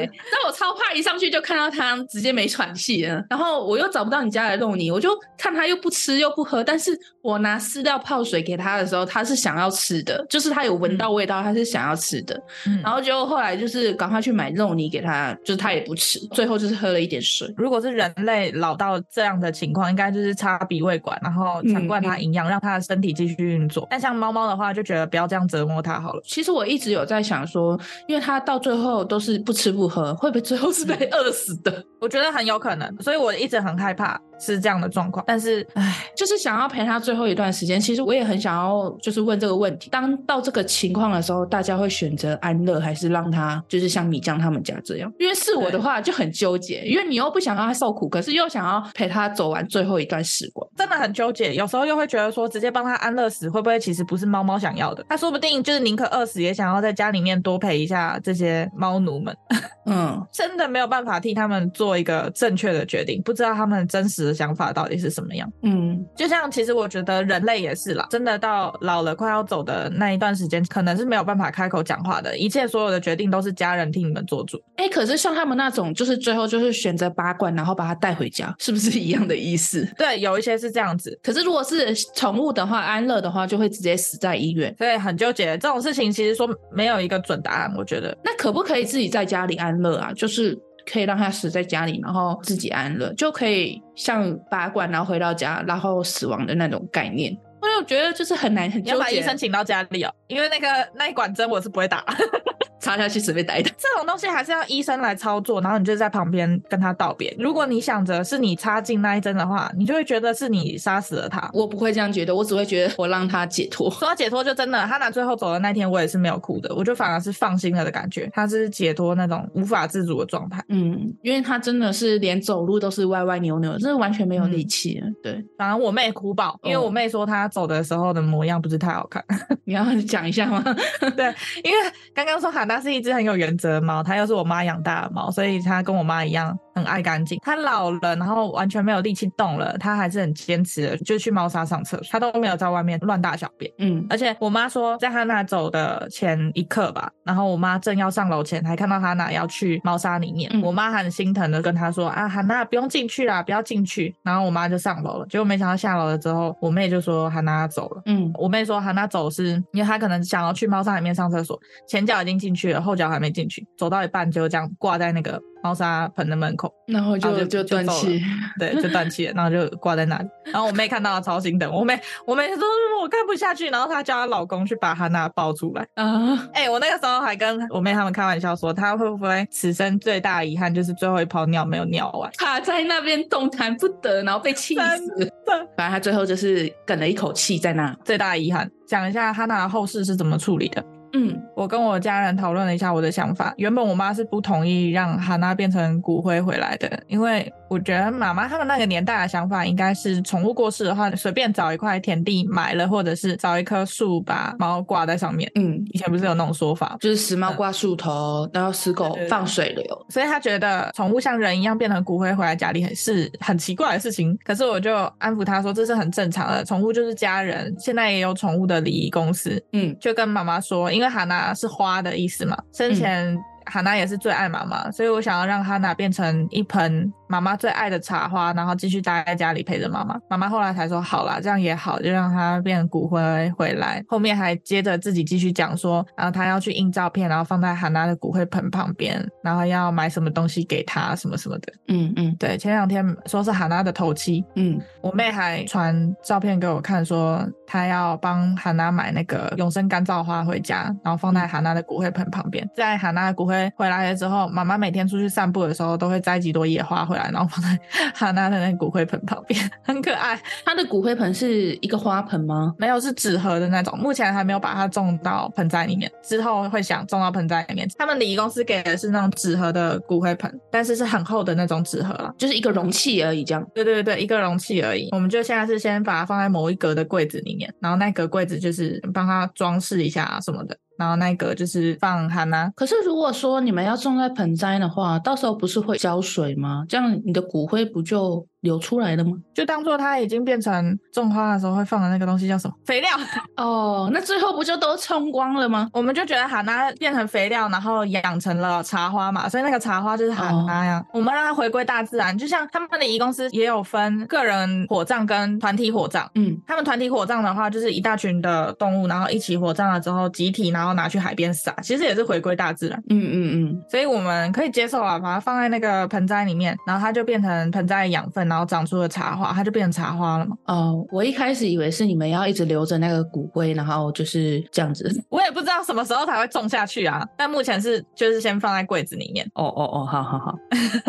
Speaker 2: 欸。那我超怕一上去就看到他直接没喘气了，然后我又找不到你家的肉泥，我就看他又不吃又不喝，但是我拿饲料泡水给他的时候，他是想要吃的，就是他有闻到味道，他是想要吃的。
Speaker 1: 嗯
Speaker 2: 然后结果后来就是赶快去买肉泥给他，就是他也不吃，最后就是喝了一点水。
Speaker 1: 如果是人类老到这样的情况，应该就是插鼻胃管，然后强灌它营养，让它的身体继续运作。但像猫猫的话，就觉得不要这样折磨它好了。
Speaker 2: 其实我一直有在想说，因为他到最后后都是不吃不喝，会不会最后是被饿死的？ *laughs*
Speaker 1: 我觉得很有可能，所以我一直很害怕是这样的状况。但是，唉，
Speaker 2: 就是想要陪他最后一段时间。其实我也很想要，就是问这个问题：当到这个情况的时候，大家会选择安乐，还是让他就是像米酱他们家这样？因为是我的话就很纠结，因为你又不想让他受苦，可是又想要陪他走完最后一段时光。
Speaker 1: 真的很纠结，有时候又会觉得说，直接帮他安乐死会不会其实不是猫猫想要的？他说不定就是宁可饿死，也想要在家里面多陪一下这些猫奴们。
Speaker 2: 嗯，
Speaker 1: 真的没有办法替他们做一个正确的决定，不知道他们真实的想法到底是什么样。
Speaker 2: 嗯，
Speaker 1: 就像其实我觉得人类也是啦，真的到老了快要走的那一段时间，可能是没有办法开口讲话的，一切所有的决定都是家人替你们做主。
Speaker 2: 哎、可是像他们那种，就是最后就是选择拔管，然后把他带回家，是不是一样的意思？
Speaker 1: 对，有一些是这样子，
Speaker 2: 可是如果是宠物的话，安乐的话就会直接死在医院。
Speaker 1: 所以很纠结。这种事情其实说没有一个准答案，我觉得
Speaker 2: 那可不可以自己在家里安乐啊？就是可以让他死在家里，然后自己安乐，就可以像拔管，然后回到家，然后死亡的那种概念。因为我觉得就是很难，很
Speaker 1: 你要
Speaker 2: 纠
Speaker 1: 把
Speaker 2: 结。啊
Speaker 1: 医生请到家里哦，因为那个那一管针我是不会打，
Speaker 2: 插下去随便打一打。
Speaker 1: 这种东西还是要医生来操作，然后你就在旁边跟他道别。如果你想着是你插进那一针的话，你就会觉得是你杀死了他。
Speaker 2: 我不会这样觉得，我只会觉得我让他解脱。
Speaker 1: 说到解脱，就真的，他拿最后走的那天，我也是没有哭的，我就反而是放心了的感觉。他是解脱那种无法自主的状态。
Speaker 2: 嗯，因为他真的是连走路都是歪歪扭扭，真的完全没有力气了。对，
Speaker 1: 反而我妹哭爆，因为我妹说她走的时候的模样不是太好看，
Speaker 2: 你要 *laughs* 讲一下吗？
Speaker 1: 因为刚刚说哈娜是一只很有原则的猫，它又是我妈养大的猫，所以它跟我妈一样很爱干净。它老了，然后完全没有力气动了，它还是很坚持的，就去猫砂上厕所，它都没有在外面乱大小便。
Speaker 2: 嗯，
Speaker 1: 而且我妈说，在她那走的前一刻吧，然后我妈正要上楼前，还看到她那要去猫砂里面。
Speaker 2: 嗯
Speaker 1: 我妈很心疼的跟她说：“啊，韩娜不用进去啦，不要进去。”然后我妈就上楼了。结果没想到下楼了之后，我妹就说韩娜走了。
Speaker 2: 嗯，
Speaker 1: 我妹说韩娜走是因为她可能想要去猫砂里面上厕所，前脚已经进去了，后脚还没进去，走到一半就这样挂在那个猫砂盆的门口。
Speaker 2: 然啊后就、
Speaker 1: 然后就
Speaker 2: 就
Speaker 1: 就
Speaker 2: 断
Speaker 1: 走
Speaker 2: 气。
Speaker 1: 对，就断气了，然后就挂在那里。然后我妹看到了超心疼，我妹我妹说我看不下去，然后她叫她老公去把哈娜抱出来。
Speaker 2: 啊，
Speaker 1: 哎、我那个时候还跟我妹他们开玩笑说，她会不会此生最大的遗憾就是最后一泡尿没有尿完？
Speaker 2: 卡在那边动弹不得，然后被气死。反正他最后就是哽了一口气在那。
Speaker 1: 最大的遗憾，讲一下哈娜的后事是怎么处理的。
Speaker 2: 嗯
Speaker 1: 我跟我家人讨论了一下我的想法。原本我妈是不同意让哈娜变成骨灰回来的，因为我觉得妈妈他们那个年代的想法应该是，宠物过世的话，随便找一块田地埋了，或者是找一棵树把猫挂在上面。
Speaker 2: 嗯，
Speaker 1: 以前不是有那种说法，
Speaker 2: 就是死猫挂树头，然后死狗
Speaker 1: 对对对
Speaker 2: 放水流。
Speaker 1: 所以他觉得宠物像人一样变成骨灰回来家里很是很奇怪的事情。可是我就安抚他说这是很正常的，宠物就是家人，现在也有宠物的礼仪公司，
Speaker 2: 嗯
Speaker 1: 就跟妈妈说，因为哈娜是花的意思嘛，生前哈娜也是最爱妈妈，所以我想要让哈娜变成一盆妈妈最爱的茶花，然后继续待在家里陪着妈妈。妈妈后来才说好啦，这样也好，就让她变骨灰回来。后面还接着自己继续讲说，然后她要去印照片，然后放在哈娜的骨灰盆旁边，然后要买什么东西给她什么什么的。
Speaker 2: 嗯嗯
Speaker 1: 对，前两天说是哈娜的头七，
Speaker 2: 嗯，
Speaker 1: 我妹还传照片给我看，说她要帮韩娜买那个永生干燥花回家，然后放在韩娜的骨灰盆旁边。在韩娜的骨灰回来了之后，妈妈每天出去散步的时候都会摘几朵野花回来，然后放在韩娜的那个骨灰盆旁边， *laughs* 很可爱。
Speaker 2: 他的骨灰盆是一个花盆吗？
Speaker 1: 没有是纸盒的那种，目前还没有把它种到盆栽里面，之后会想种到盆栽里面。他们礼仪公司给的是那种纸盒的骨灰盆，但是是很厚的那种纸盒啦。啊
Speaker 2: 就是一个容器而已，这样。
Speaker 1: 对对对，一个容器而已。我们就现在是先把它放在某一格的柜子里面，然后那格柜子就是帮它装饰一下啊什么的，然后那格就是放啊哈娜。
Speaker 2: 可是如果说你们要种在盆栽的话，到时候不是会浇水吗？这样你的骨灰不就流出来了吗？
Speaker 1: 就当做它已经变成种花的时候会放的那个东西叫什么肥料， *laughs*
Speaker 2: 哦，那最后不就都冲光了吗？
Speaker 1: 我们就觉得哈娜变成肥料，然后养成了茶花嘛，所以那个茶花就是哈娜呀。我们让它回归大自然，就像他们的移公司也有分个人火葬跟团体火葬，
Speaker 2: 嗯
Speaker 1: 他们团体火葬的话，就是一大群的动物，然后一起火葬了之后，集体然后拿去海边撒，其实也是回归大自然，
Speaker 2: 嗯嗯嗯，
Speaker 1: 所以我们可以接受啊，把它放在那个盆栽里面，然后它就变成盆栽的养分，然后长出了茶花，它就变成茶花了嘛。
Speaker 2: 哦，我一开始以为是你们要一直留着那个骨灰，然后就是这样子。
Speaker 1: *laughs* 我也不知道什么时候才会种下去啊，但目前是就是先放在柜子里面，
Speaker 2: 哦哦哦，好好好，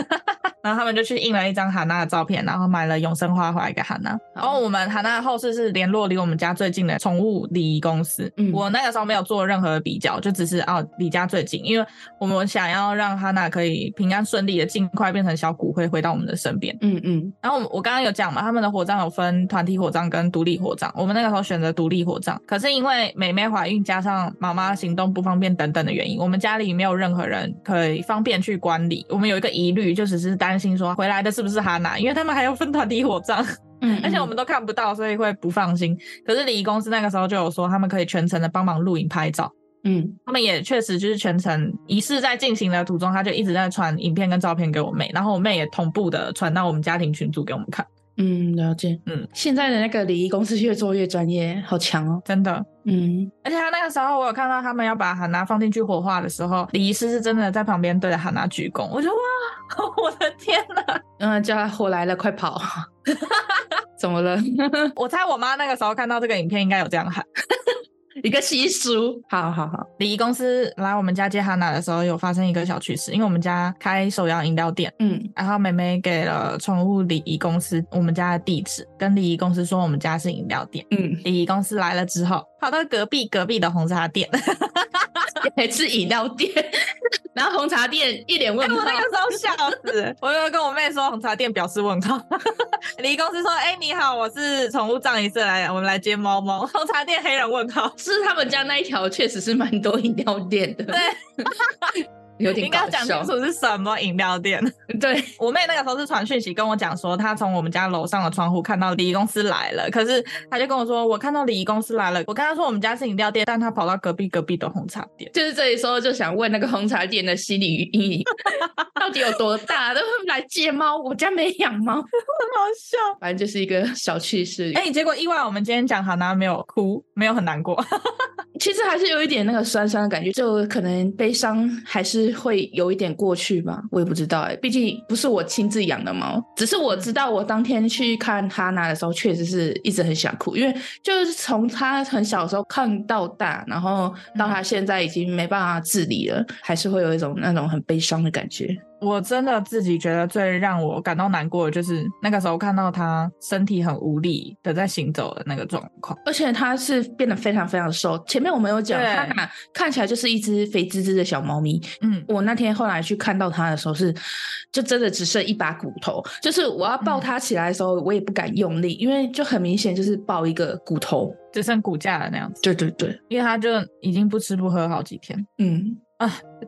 Speaker 1: *laughs* 然后他们就去印了一张哈娜的照片，然后买了永生花回来给哈娜。然后我们哈娜的后事是联络离我们家最近的宠物礼仪公司。
Speaker 2: 嗯
Speaker 1: 我那个时候没有做任何比较，就只是哦离家最近，因为我们想要让哈娜可以平安顺利的尽快变成小骨灰回到我们的身边。
Speaker 2: 嗯嗯
Speaker 1: 然后我我刚刚有讲嘛，他们的火葬有分团体火葬跟独立火葬，我们那个时候选择独立火葬，可是因为妹妹怀孕加上妈妈行动不方便等等的原因，我们家里没有任何人可以方便去管理，我们有一个疑虑，就只是担心说回来的是不是哈娜，因为他们还要分团体火葬，
Speaker 2: 嗯
Speaker 1: 而且我们都看不到，所以会不放心。可是礼仪公司那个时候就有说，他们可以全程的帮忙录影拍照。
Speaker 2: 嗯
Speaker 1: 他们也确实就是全程仪式在进行的途中，他就一直在传影片跟照片给我妹，然后我妹也同步的传到我们家庭群组给我们看。
Speaker 2: 嗯，了解。
Speaker 1: 嗯，
Speaker 2: 现在的那个礼仪公司越做越专业，好强哦。
Speaker 1: 真的。
Speaker 2: 嗯，
Speaker 1: 而且他那个时候，我有看到他们要把哈娜放进去火化的时候，礼仪师是真的在旁边对着哈娜鞠躬，我就哇， *laughs* 我的天呐！
Speaker 2: 嗯，叫他火来了，快跑！ *laughs* 怎么了？ *laughs*
Speaker 1: 我猜我妈那个时候看到这个影片，应该有这样喊。
Speaker 2: 一个稀疏。好好好，
Speaker 1: 礼仪公司来我们家接哈娜的时候，有发生一个小趣事，因为我们家开手摇饮料店，
Speaker 2: 嗯
Speaker 1: 然后妹妹给了宠物礼仪公司我们家的地址，跟礼仪公司说我们家是饮料店。
Speaker 2: 嗯，
Speaker 1: 礼仪公司来了之后，跑到隔壁隔壁的红茶店，
Speaker 2: 还是饮料店， *laughs* 然后红茶店一脸问
Speaker 1: 哎我
Speaker 2: 号。
Speaker 1: 那个时候笑死， *laughs* 我有跟我妹说红茶店表示问号。 *laughs* 礼仪公司说：“哎、你好，我是宠物葬仪社来，我们来接猫猫。”红茶店黑人问号，
Speaker 2: 是他们家那一条确实是蛮多饮料店的，对， *laughs* 有点
Speaker 1: 应该要
Speaker 2: 搞
Speaker 1: 讲
Speaker 2: 笑
Speaker 1: 清。楚是什么饮料店。
Speaker 2: 对， *laughs*
Speaker 1: 我妹那个时候是传讯息跟我讲说，她从我们家楼上的窗户看到礼仪公司来了，可是她就跟我说，我看到礼仪公司来了，我跟她说我们家是饮料店，但她跑到隔壁隔壁的红茶店。
Speaker 2: 就是这里时候就想问那个红茶店的心理阴影 *laughs* 到底有多大，都 *laughs* 会来接猫，我家没养猫，
Speaker 1: 很好笑。
Speaker 2: 反正就是一个小趣事。哎、
Speaker 1: 哎、结果意外，我们今天讲好娜没有哭，没有很难过。
Speaker 2: 其实还是有一点那个酸酸的感觉，就可能悲伤还是会有一点过去吧，我也不知道哎、毕竟不是我亲自养的猫，只是我知道我当天去看哈娜的时候，确实是一直很想哭，因为就是从她很小的时候看到大，然后到她现在已经没办法自理了，还是会有一种那种很悲伤的感觉。
Speaker 1: 我真的自己觉得最让我感到难过的就是那个时候看到他身体很无力的在行走的那个状况。
Speaker 2: 而且它是变得非常非常瘦。前面我们有讲，
Speaker 1: 对
Speaker 2: 它看看起来就是一只肥滋滋的小猫咪。
Speaker 1: 嗯，
Speaker 2: 我那天后来去看到它的时候是，就真的只剩一把骨头。就是我要抱它起来的时候，我也不敢用力，因为就很明显就是抱一个骨头。
Speaker 1: 只剩骨架了那样子，
Speaker 2: 对对对，
Speaker 1: 因为他就已经不吃不喝好几天。
Speaker 2: 嗯，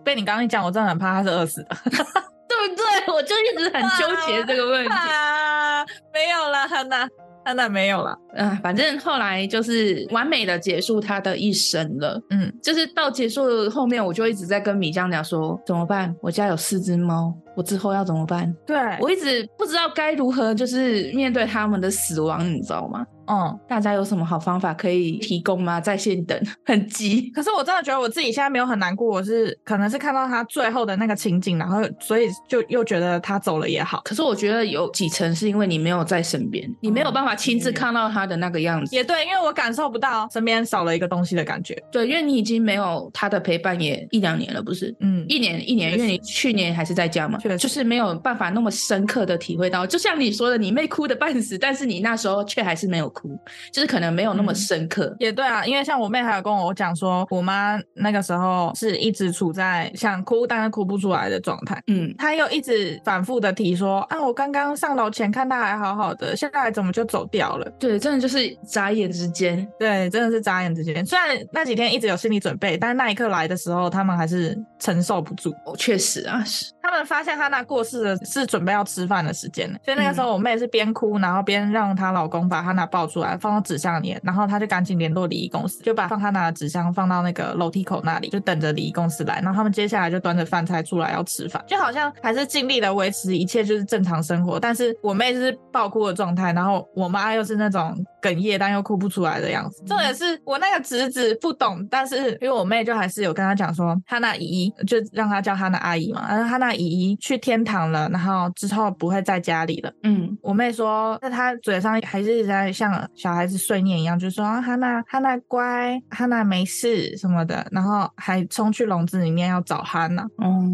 Speaker 1: 被你刚刚一讲，我真的很怕他是饿死的。
Speaker 2: 对不对？我就一直很纠结这个问题。
Speaker 1: 啊，没有了，汉娜，汉娜没有了。
Speaker 2: 啊，反正后来就是完美的结束他的一生了。
Speaker 1: 嗯，
Speaker 2: 就是到结束后面，我就一直在跟米酱聊说怎么办？我家有四只猫，我之后要怎么办？
Speaker 1: 对，
Speaker 2: 我一直不知道该如何就是面对他们的死亡，你知道吗？
Speaker 1: 嗯，
Speaker 2: 大家有什么好方法可以提供吗？在线等，很急。
Speaker 1: 可是我真的觉得我自己现在没有很难过，我是可能是看到他最后的那个情景，然后所以就又觉得他走了也好，
Speaker 2: 可是我觉得有几成是因为你没有在身边，你没有办法亲自看到他的那个样
Speaker 1: 哦
Speaker 2: 子。
Speaker 1: 也对，因为我感受不到身边少了一个东西的感觉。
Speaker 2: 对，因为你已经没有他的陪伴也一两年了，不是？
Speaker 1: 嗯，
Speaker 2: 一年一年，
Speaker 1: 确
Speaker 2: 因
Speaker 1: 实
Speaker 2: 为你去年还是在家嘛
Speaker 1: 确实，
Speaker 2: 就是没有办法那么深刻的体会到。就像你说的，你妹哭的半死，但是你那时候却还是没有哭，就是可能没有那么
Speaker 1: 嗯
Speaker 2: 深刻。
Speaker 1: 也对啊，因为像我妹还有跟我讲说，我妈那个时候是一直处在想哭但是哭不出来的状态。
Speaker 2: 嗯，
Speaker 1: 她又一直反复的提说，啊，我刚刚上楼前看她还好好的，现在怎么就走掉了？
Speaker 2: 对，真的就是眨眼之间。
Speaker 1: 对，真的是眨眼之间。虽然那几天一直有心理准备，但是那一刻来的时候，他们还是承受不住。
Speaker 2: 哦，确实啊，是
Speaker 1: 他们发现哈娜过世的是准备要吃饭的时间了，所以那个时候我妹是边哭，然后边让她老公把哈娜抱出来，放到纸箱里，然后她就赶紧联络礼仪公司，就把放哈娜的纸箱放到那个楼梯口那里，就等着礼仪公司来。然后他们接下来就端着饭菜出来要吃饭，就好像还是尽力的维持一切就是正常生活，但是我妹是爆哭的状态，然后我妈又是那种。哽咽但又哭不出来的样子。重点是我那个侄子不懂，但是因为我妹就还是有跟他讲说，哈娜姨姨就让他叫哈娜阿姨嘛，然后哈娜姨姨去天堂了，然后之后不会在家里了。
Speaker 2: 嗯，
Speaker 1: 我妹说，那她嘴上还是一直在像小孩子碎念一样，就说啊哈娜哈娜乖，哈娜没事什么的，然后还冲去笼子里面要找哈娜。
Speaker 2: 哦，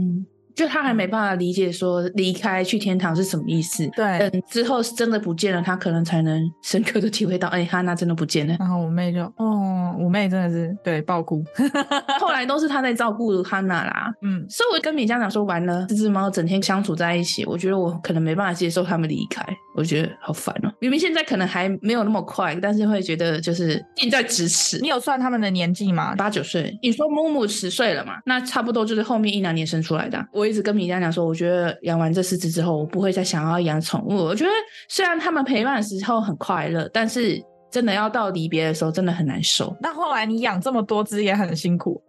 Speaker 2: 就他还没办法理解说离开去天堂是什么意思。
Speaker 1: 对，
Speaker 2: 等之后真的不见了，他可能才能深刻的体会到，哎、哈娜真的不见了。
Speaker 1: 然后我妹就，哦，我妹真的是对爆哭。
Speaker 2: 后来都是他在照顾哈娜啦，
Speaker 1: 嗯，
Speaker 2: 所以我跟米家长说，完了，这只猫整天相处在一起，我觉得我可能没办法接受他们离开，我觉得好烦哦、明明现在可能还没有那么快，但是会觉得就是近在咫尺
Speaker 1: 你。有算他们的年纪吗？
Speaker 2: 八九岁，你说木木十岁了嘛？那差不多就是后面一两年生出来的啊、我一直跟米家讲说，我觉得养完这四只之后，我不会再想要养宠物。我觉得虽然他们陪伴的时候很快乐，但是真的要到离别的时候，真的很难受。
Speaker 1: 那后来你养这么多只也很辛苦，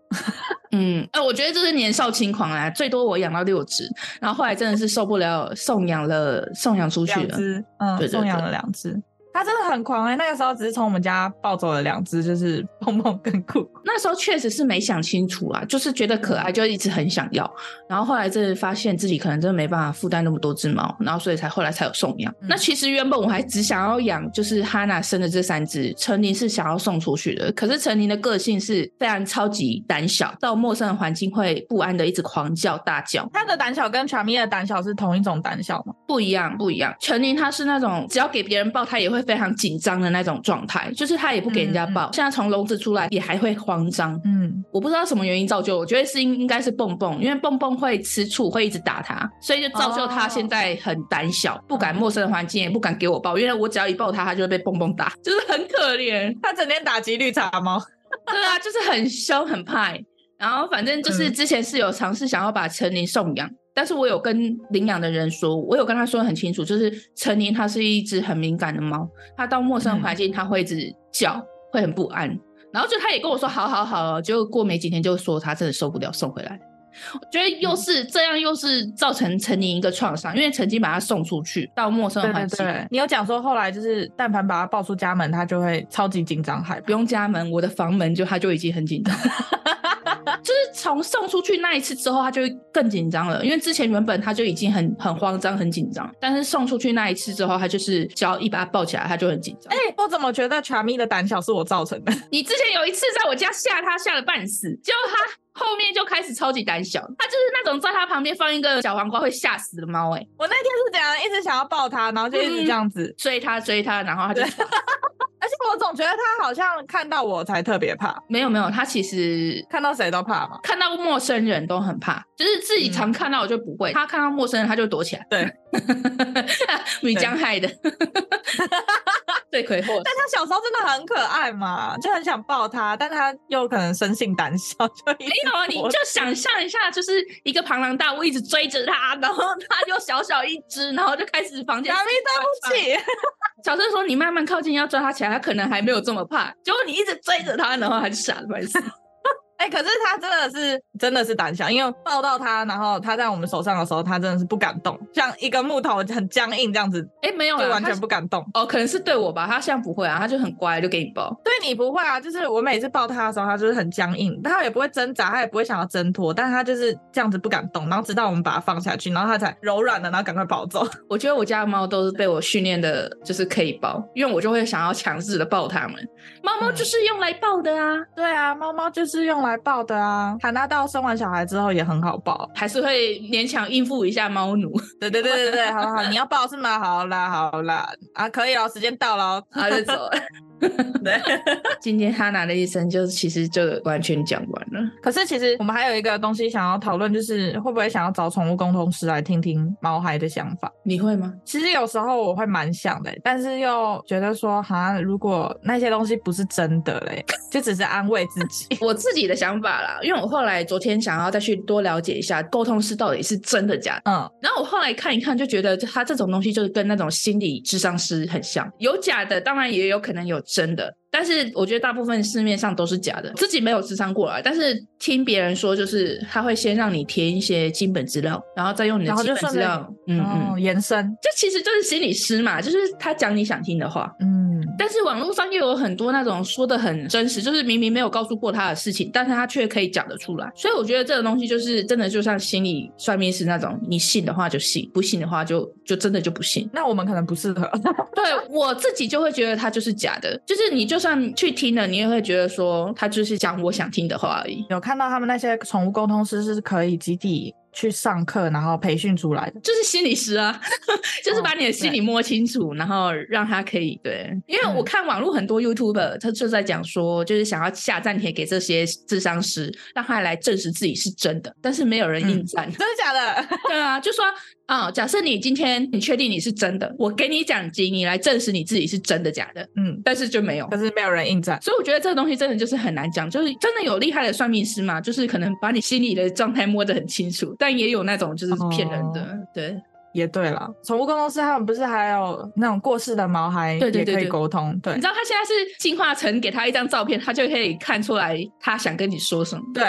Speaker 2: 嗯，呃，我觉得这是年少轻狂啦，最多我养到六只，然后后来真的是受不了，送养了，送养出去
Speaker 1: 两
Speaker 2: 了。
Speaker 1: 只，嗯，
Speaker 2: 对对
Speaker 1: 送养
Speaker 2: 对
Speaker 1: 了两只。它真的很狂哎、那个时候只是从我们家抱走了两只，就是蹦蹦跟酷酷。
Speaker 2: 那时候确实是没想清楚啊，就是觉得可爱，就一直很想要。然后后来真的发现自己可能真的没办法负担那么多只猫，然后所以才后来才有送养。
Speaker 1: 嗯
Speaker 2: 那其实原本我还只想要养就是哈娜生的这三只，陈宁是想要送出去的。可是陈宁的个性是非常超级胆小，到陌生的环境会不安的一直狂叫大叫。
Speaker 1: 它的胆小跟 c h a m i 的胆小是同一种胆小吗？
Speaker 2: 不一样，不一样。陈宁他是那种只要给别人抱，他也会非常紧张的那种状态，就是他也不给人家抱。现在从笼子出来也还会慌张，
Speaker 1: 嗯，
Speaker 2: 我不知道什么原因造就，我觉得是应应该是蹦蹦，因为蹦蹦会吃醋，会一直打他，所以就造就他
Speaker 1: 哦
Speaker 2: 现在很胆小，不敢陌生的环境，也不敢给我抱，因为我只要一抱他，他就会被蹦蹦打， *laughs* 就是很可怜。
Speaker 1: 它整天打击绿茶猫。
Speaker 2: 对啊，就是很凶很怕欸。然后反正就是
Speaker 1: 嗯
Speaker 2: 之前是有尝试想要把陈宁送养，但是我有跟领养的人说，我有跟他说得很清楚，就是陈宁它是一只很敏感的猫，它到陌生环境它会一直叫，会很不安。然后就他也跟我说好好好哦，结果过没几天就说他真的受不了送回来。我觉得又是这样，又是造成陈宁一个创伤，因为曾经把它送出去到陌生
Speaker 1: 对
Speaker 2: 的
Speaker 1: 对
Speaker 2: 环境，
Speaker 1: 对，你有讲说后来就是，但凡把它抱出家门，它就会超级紧张害
Speaker 2: 不
Speaker 1: 怕。
Speaker 2: 用家门，我的房门就他就已经很紧张 *laughs* 了，就是从送出去那一次之后，他就更紧张了，因为之前原本他就已经很很慌张、很紧张，但是送出去那一次之后，他就是只要一把他抱起来，他就很紧
Speaker 1: *laughs*
Speaker 2: 张。
Speaker 1: 哎、我怎么觉得 c h a m i 的胆小是我造成的？
Speaker 2: 你之前有一次在我家吓他吓得半死，结果他后面就开始超级胆小，他就是那种在他旁边放一个小黄瓜会吓死的猫哎、
Speaker 1: 我那天是怎样，一直想要抱它，然后就一直这样子，
Speaker 2: 追他追他，然后他就
Speaker 1: 对而且我总觉得它好像看到我才特别怕，
Speaker 2: 没有没有，他其实
Speaker 1: 看到谁都怕嘛。
Speaker 2: 看到陌生人都很怕，就是自己常看到我就不会，他看到陌生人他就躲起来。
Speaker 1: 对，
Speaker 2: *laughs* 米江害的， *laughs* 罪魁祸首。
Speaker 1: 但它小时候真的很可爱嘛，就很想抱它，但它又可能生性胆小，就一直
Speaker 2: 没有啊，你就想象一下，就是一个庞然大物一直追着他，然后他就小小一只，然后就开始房
Speaker 1: *laughs*
Speaker 2: 间
Speaker 1: 妈。咪对不起，
Speaker 2: 小声说：“你慢慢靠近，要抓他起来，他可能还没有这么怕。”结果你一直追着他，然后他就傻了，不
Speaker 1: *laughs*
Speaker 2: 好意思。
Speaker 1: 哎、可是它真的是真的是胆小，因为抱到它，然后它在我们手上的时候，它真的是不敢动，像一根木头很僵硬这样子，
Speaker 2: 哎，没有
Speaker 1: 就
Speaker 2: 啦，
Speaker 1: 完
Speaker 2: 他
Speaker 1: 全不敢动。
Speaker 2: 哦，可能是对我吧，他现在不会啊，他就很乖，就给你抱。
Speaker 1: 对你不会啊，就是我每次抱它的时候，它就是很僵硬，但它也不会挣扎，它也不会想要挣脱，但是它就是这样子不敢动，然后直到我们把它放下去，然后它才柔软的，然后赶快跑走。 *laughs*
Speaker 2: 我觉得我家的猫都是被我训练的，就是可以抱，因为我就会想要强制的抱它们。猫猫就是用来抱的啊，
Speaker 1: 对啊，猫猫就是用来抱的啊。卡纳到生完小孩之后也很好抱。
Speaker 2: 还是会勉强应付一下猫 *laughs* 奴。
Speaker 1: 对对对对对，好好，你要抱是吗？好啦好啦，啊，可以了，时间到了。
Speaker 2: 然后啊就走了。 *laughs* 今天哈娜的一生就其实就完全讲完了。
Speaker 1: *laughs* 可是其实我们还有一个东西想要讨论，就是会不会想要找宠物沟通师来听听毛孩的想法？
Speaker 2: 你会吗？
Speaker 1: 其实有时候我会蛮想的、欸但是又觉得说，哈，如果那些东西不是真的嘞， *laughs* 就只是安慰自己。
Speaker 2: 我自己的想法啦，因为我后来昨天想要再去多了解一下沟通师到底是真的假的。
Speaker 1: 嗯，
Speaker 2: 然后我后来看一看，就觉得他这种东西就是跟那种心理智商师很像，有假的，当然也有可能有真的。但是我觉得大部分市面上都是假的，自己没有智商过来，但是听别人说，就是他会先让你填一些基本资料，然后再用你的
Speaker 1: 然后
Speaker 2: 基
Speaker 1: 就
Speaker 2: 本资
Speaker 1: 顺便
Speaker 2: 料，嗯嗯，
Speaker 1: 哦，延伸，
Speaker 2: 这其实就是心理师嘛，就是他讲你想听的话。
Speaker 1: 嗯，
Speaker 2: 但是网络上又有很多那种说的很真实，就是明明没有告诉过他的事情，但是他却可以讲得出来。所以我觉得这个东西就是真的，就像心理算命师那种，你信的话就信，不信的话就就真的就不信。
Speaker 1: 那我们可能不适合。 *laughs*
Speaker 2: 对我自己就会觉得他就是假的，就是你就算去听了，你也会觉得说他就是讲我想听的话而已。
Speaker 1: 有看到他们那些宠物沟通师是可以集体去上课，然后培训出来的。 *laughs*
Speaker 2: 就是心理师啊， *laughs* 就是把你的心
Speaker 1: 哦对
Speaker 2: 里摸清楚，然后让他可以对。因为我
Speaker 1: 嗯
Speaker 2: 看网络很多 YouTuber，他就在讲说，就是想要下站帖给这些智商师，让他来证实自己是真的，但是没有人应
Speaker 1: 嗯
Speaker 2: 战。 *laughs*
Speaker 1: 真的假的？ *laughs*
Speaker 2: 对啊，就说啊、假设你今天你确定你是真的，我给你奖金，你来证实你自己是真的假的，
Speaker 1: 嗯，
Speaker 2: 但是就没有
Speaker 1: 可。是没有人应战。
Speaker 2: 所以我觉得这个东西真的就是很难讲，就是真的有厉害的算命师嘛，就是可能把你心里的状态摸得很清楚，但也有那种就是骗人的，
Speaker 1: 哦
Speaker 2: 对。
Speaker 1: 也对了，宠物沟通师他们不是还有那种过世的毛孩
Speaker 2: 对对
Speaker 1: 也
Speaker 2: 对
Speaker 1: 可以
Speaker 2: 对
Speaker 1: 沟通？对
Speaker 2: 你知道他现在是进化成给他一张照片，他就可以看出来他想跟你说什么。
Speaker 1: 对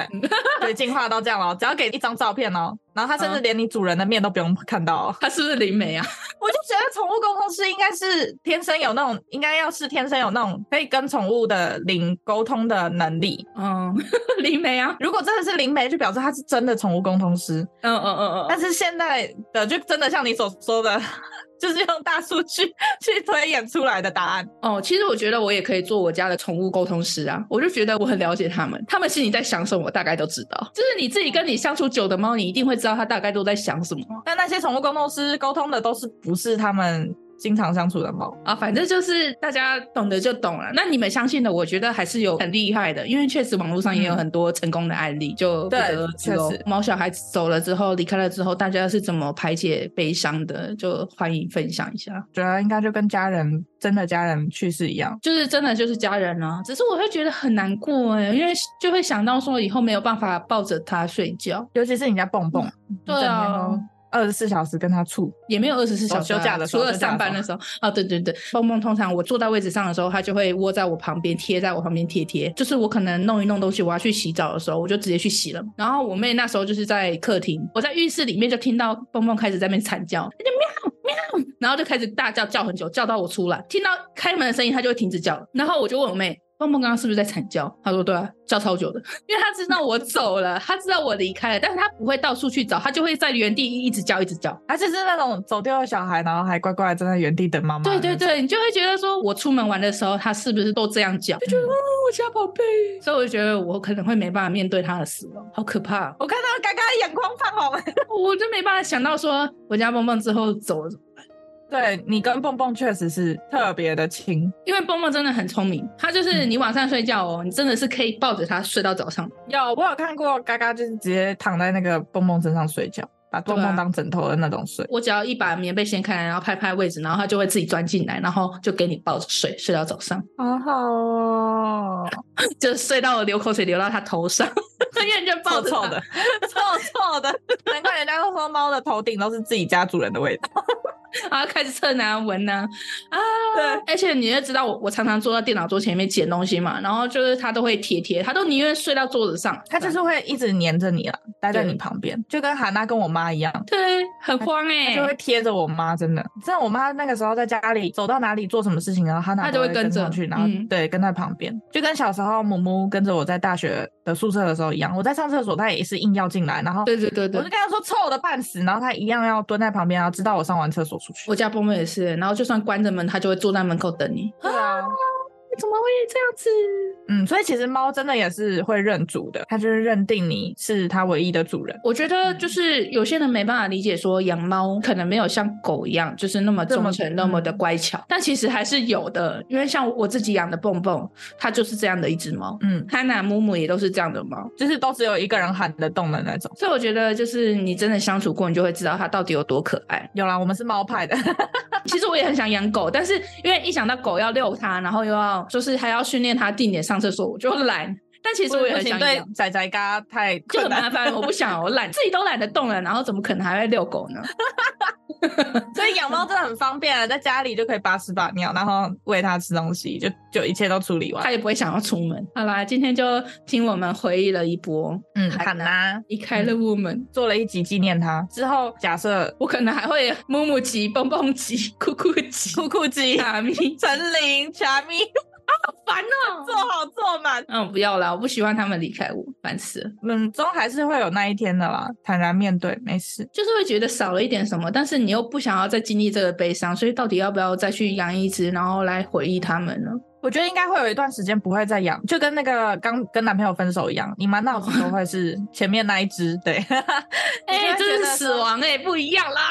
Speaker 1: 对，进化到这样了，只要给一张照片哦，然后他甚至
Speaker 2: 嗯
Speaker 1: 连你主人的面都不用看到、哦。
Speaker 2: 他是不是灵媒啊？
Speaker 1: 我就觉得宠物沟通师应该是天生有那种，应该要是天生有那种可以跟宠物的灵沟通的能力。
Speaker 2: 嗯， *laughs* 灵媒啊，
Speaker 1: 如果真的是灵媒，就表示他是真的宠物沟通师。
Speaker 2: 嗯嗯嗯
Speaker 1: 但是现在的就真的像你所说的， *laughs* 就是用大数据去推演出来的答案。
Speaker 2: 嗯，哦，其实我觉得我也可以做我家的宠物沟通师啊，我就觉得我很了解他们，他们心里在想什么，我大概都知道。就是你自己跟你相处久的猫，你一定会知道它大概都在想什么
Speaker 1: 但那些宠物沟通师沟通的都是不是他们经常相处的猫？
Speaker 2: 啊。反正就是大家懂得就懂了。那你们相信的，我觉得还是有很厉害的，因为确实网络上也有
Speaker 1: 嗯
Speaker 2: 很多成功的案例，就不
Speaker 1: 对
Speaker 2: 得而知
Speaker 1: 确
Speaker 2: 哦
Speaker 1: 实
Speaker 2: 猫小孩走了之后，离开了之后，大家是怎么排解悲伤的？就欢迎分享一下。
Speaker 1: 觉得应该就跟家人真的家人去世一样。
Speaker 2: 就是真的就是家人啊，只是我会觉得很难过哎、因为就会想到说以后没有办法抱着他睡觉，
Speaker 1: 尤其是你家蹦蹦，
Speaker 2: 对啊，
Speaker 1: 二十四小时跟他处，
Speaker 2: 也没有二十四小时、
Speaker 1: 哦
Speaker 2: 啊
Speaker 1: 休假的时
Speaker 2: 除
Speaker 1: 候
Speaker 2: 了上班的时候啊，对对对，蹦蹦通常我坐在位置上的时候，他就会窝在我旁边，贴在我旁边贴贴，就是我可能弄一弄东西，我要去洗澡的时候，我就直接去洗了。然后我妹那时候就是在客厅，我在浴室里面就听到蹦蹦开始在那边惨叫，她就喵喵，然后就开始大叫叫很久，叫到我出来，听到开门的声音，她就会停止叫了。然后我就问我妹。蹦蹦刚刚是不是在惨叫？她说对啊，叫超久的， *laughs* 因为她知道我走了，她知道我离开了，但是她不会到处去找，她就会在原地一直叫，一直叫。
Speaker 1: 而且是那种走丢的小孩，然后还乖乖地站在原地等妈妈。
Speaker 2: 对对，对，你就会觉得说，我出门玩的时候，他是不是都这样叫？就觉得、
Speaker 1: 嗯
Speaker 2: 哦，我家宝贝，所以我就觉得我可能会没办法面对他的死亡，好可怕哦、 *laughs*
Speaker 1: 我看到刚刚眼眶泛红。 *laughs*
Speaker 2: 我就没办法想到说，我家蹦蹦之后走了，
Speaker 1: 对你跟蹦蹦确实是特别的亲，
Speaker 2: 因为蹦蹦真的很聪明，他就是你晚上睡觉哦，你真的是可以抱着他睡到早上。
Speaker 1: 有我有看过嘎嘎就是直接躺在那个蹦蹦身上睡觉，把蹦
Speaker 2: 对啊
Speaker 1: 蹦当枕头的那种睡。
Speaker 2: 我只要一把棉被掀开来，然后拍拍位置，然后他就会自己钻进来，然后就给你抱着睡，睡到早上， *laughs*
Speaker 1: 好好哦，
Speaker 2: 就睡到我流口水流到他头上， *laughs* 因为你就抱
Speaker 1: *laughs* 臭
Speaker 2: 着
Speaker 1: 臭的， *laughs*
Speaker 2: 他
Speaker 1: 臭臭的， *laughs* 难怪人家都说猫的头顶都是自己家主人的味道。
Speaker 2: 然后开始测哪闻呢、啊，
Speaker 1: 对，
Speaker 2: 而且你也知道我，我常常坐在电脑桌前面捡东西嘛，然后就是他都会贴贴，他都宁愿睡到桌子上，
Speaker 1: 它就是会一直黏着你了，待在
Speaker 2: 对
Speaker 1: 你旁边，就跟韩娜跟我妈一样。
Speaker 2: 对，很慌哎、
Speaker 1: 她就会贴着我妈，真的，真的，我妈那个时候在家里走到哪里做什么事情，然后她
Speaker 2: 她
Speaker 1: 哪
Speaker 2: 就
Speaker 1: 都
Speaker 2: 会
Speaker 1: 会
Speaker 2: 跟
Speaker 1: 跟
Speaker 2: 着
Speaker 1: 上去，然后
Speaker 2: 嗯
Speaker 1: 对跟在旁边，就跟小时候母母跟着我在大学的宿舍的时候一样，我在上厕所，她也是硬要进来，然后
Speaker 2: 对对对
Speaker 1: 我就
Speaker 2: 对
Speaker 1: 跟。她说臭的半死，然后她一样要蹲在旁边，然后直到我上完厕所出去。
Speaker 2: 我家伯母也是欸，然后就算关着门，他就会坐在门口等你。
Speaker 1: 对啊，
Speaker 2: 怎么会这样子？
Speaker 1: 嗯，所以其实猫真的也是会认主的，它就是认定你是它唯一的主人，
Speaker 2: 我觉得就是有些人没办法理解，说养猫可能没有像狗一样，就是那么
Speaker 1: 这
Speaker 2: 忠
Speaker 1: 么嗯
Speaker 2: 诚、那么的乖巧，但其实还是有的。因为像我自己养的蹦蹦，它就是这样的一只猫，
Speaker 1: 嗯，
Speaker 2: 汉娜、木木也都是这样的猫。
Speaker 1: 就是都只有一个人喊得动的那种。
Speaker 2: 所以我觉得，就是你真的相处过，你就会知道它到底有多可爱。
Speaker 1: 有啦，我们是猫派的，
Speaker 2: 其实我也很想养狗，但是因为一想到狗要遛它，然后又要就是还要训练它定点上厕所，我就懒。但其实我
Speaker 1: *laughs*
Speaker 2: 也
Speaker 1: 不
Speaker 2: 很
Speaker 1: 行
Speaker 2: 想
Speaker 1: 对
Speaker 2: 养，
Speaker 1: 仔仔嘎太
Speaker 2: 就
Speaker 1: 困
Speaker 2: 很
Speaker 1: 难。
Speaker 2: 麻烦，我不想，我懒，自己都懒得动了，然后怎么可能还会遛狗呢？
Speaker 1: *laughs* 所以养猫真的很方便啊，在家里就可以把屎把尿，然后喂它吃东西，就就一切都处理完
Speaker 2: 他。也不会想要出门。 *laughs* 好啦，今天就听我们回忆了一波，
Speaker 1: 嗯，喊啦，
Speaker 2: 离开了我们，
Speaker 1: 做了一集纪念它之后，假设
Speaker 2: 我可能还会木木鸡、蹦蹦鸡、酷酷鸡、
Speaker 1: 酷酷
Speaker 2: *laughs*
Speaker 1: 鸡、
Speaker 2: 卡咪，
Speaker 1: 陈琳、查咪
Speaker 2: 烦 *laughs* 哦、
Speaker 1: 做好做满，
Speaker 2: 嗯，不要啦，我不喜欢他们离开我，烦死了。
Speaker 1: 嗯，终还是会有那一天的啦，坦然面对，没事。
Speaker 2: 就是会觉得少了一点什么，但是你又不想要再经历这个悲伤，所以到底要不要再去养一只，然后来回忆他们呢？
Speaker 1: 我觉得应该会有一段时间不会再养，就跟那个刚跟男朋友分手一样，你满脑子都会是前面那一只，
Speaker 2: *laughs*
Speaker 1: 对，
Speaker 2: 哎、
Speaker 1: 哎
Speaker 2: 这是死，亡哎、不一样啦。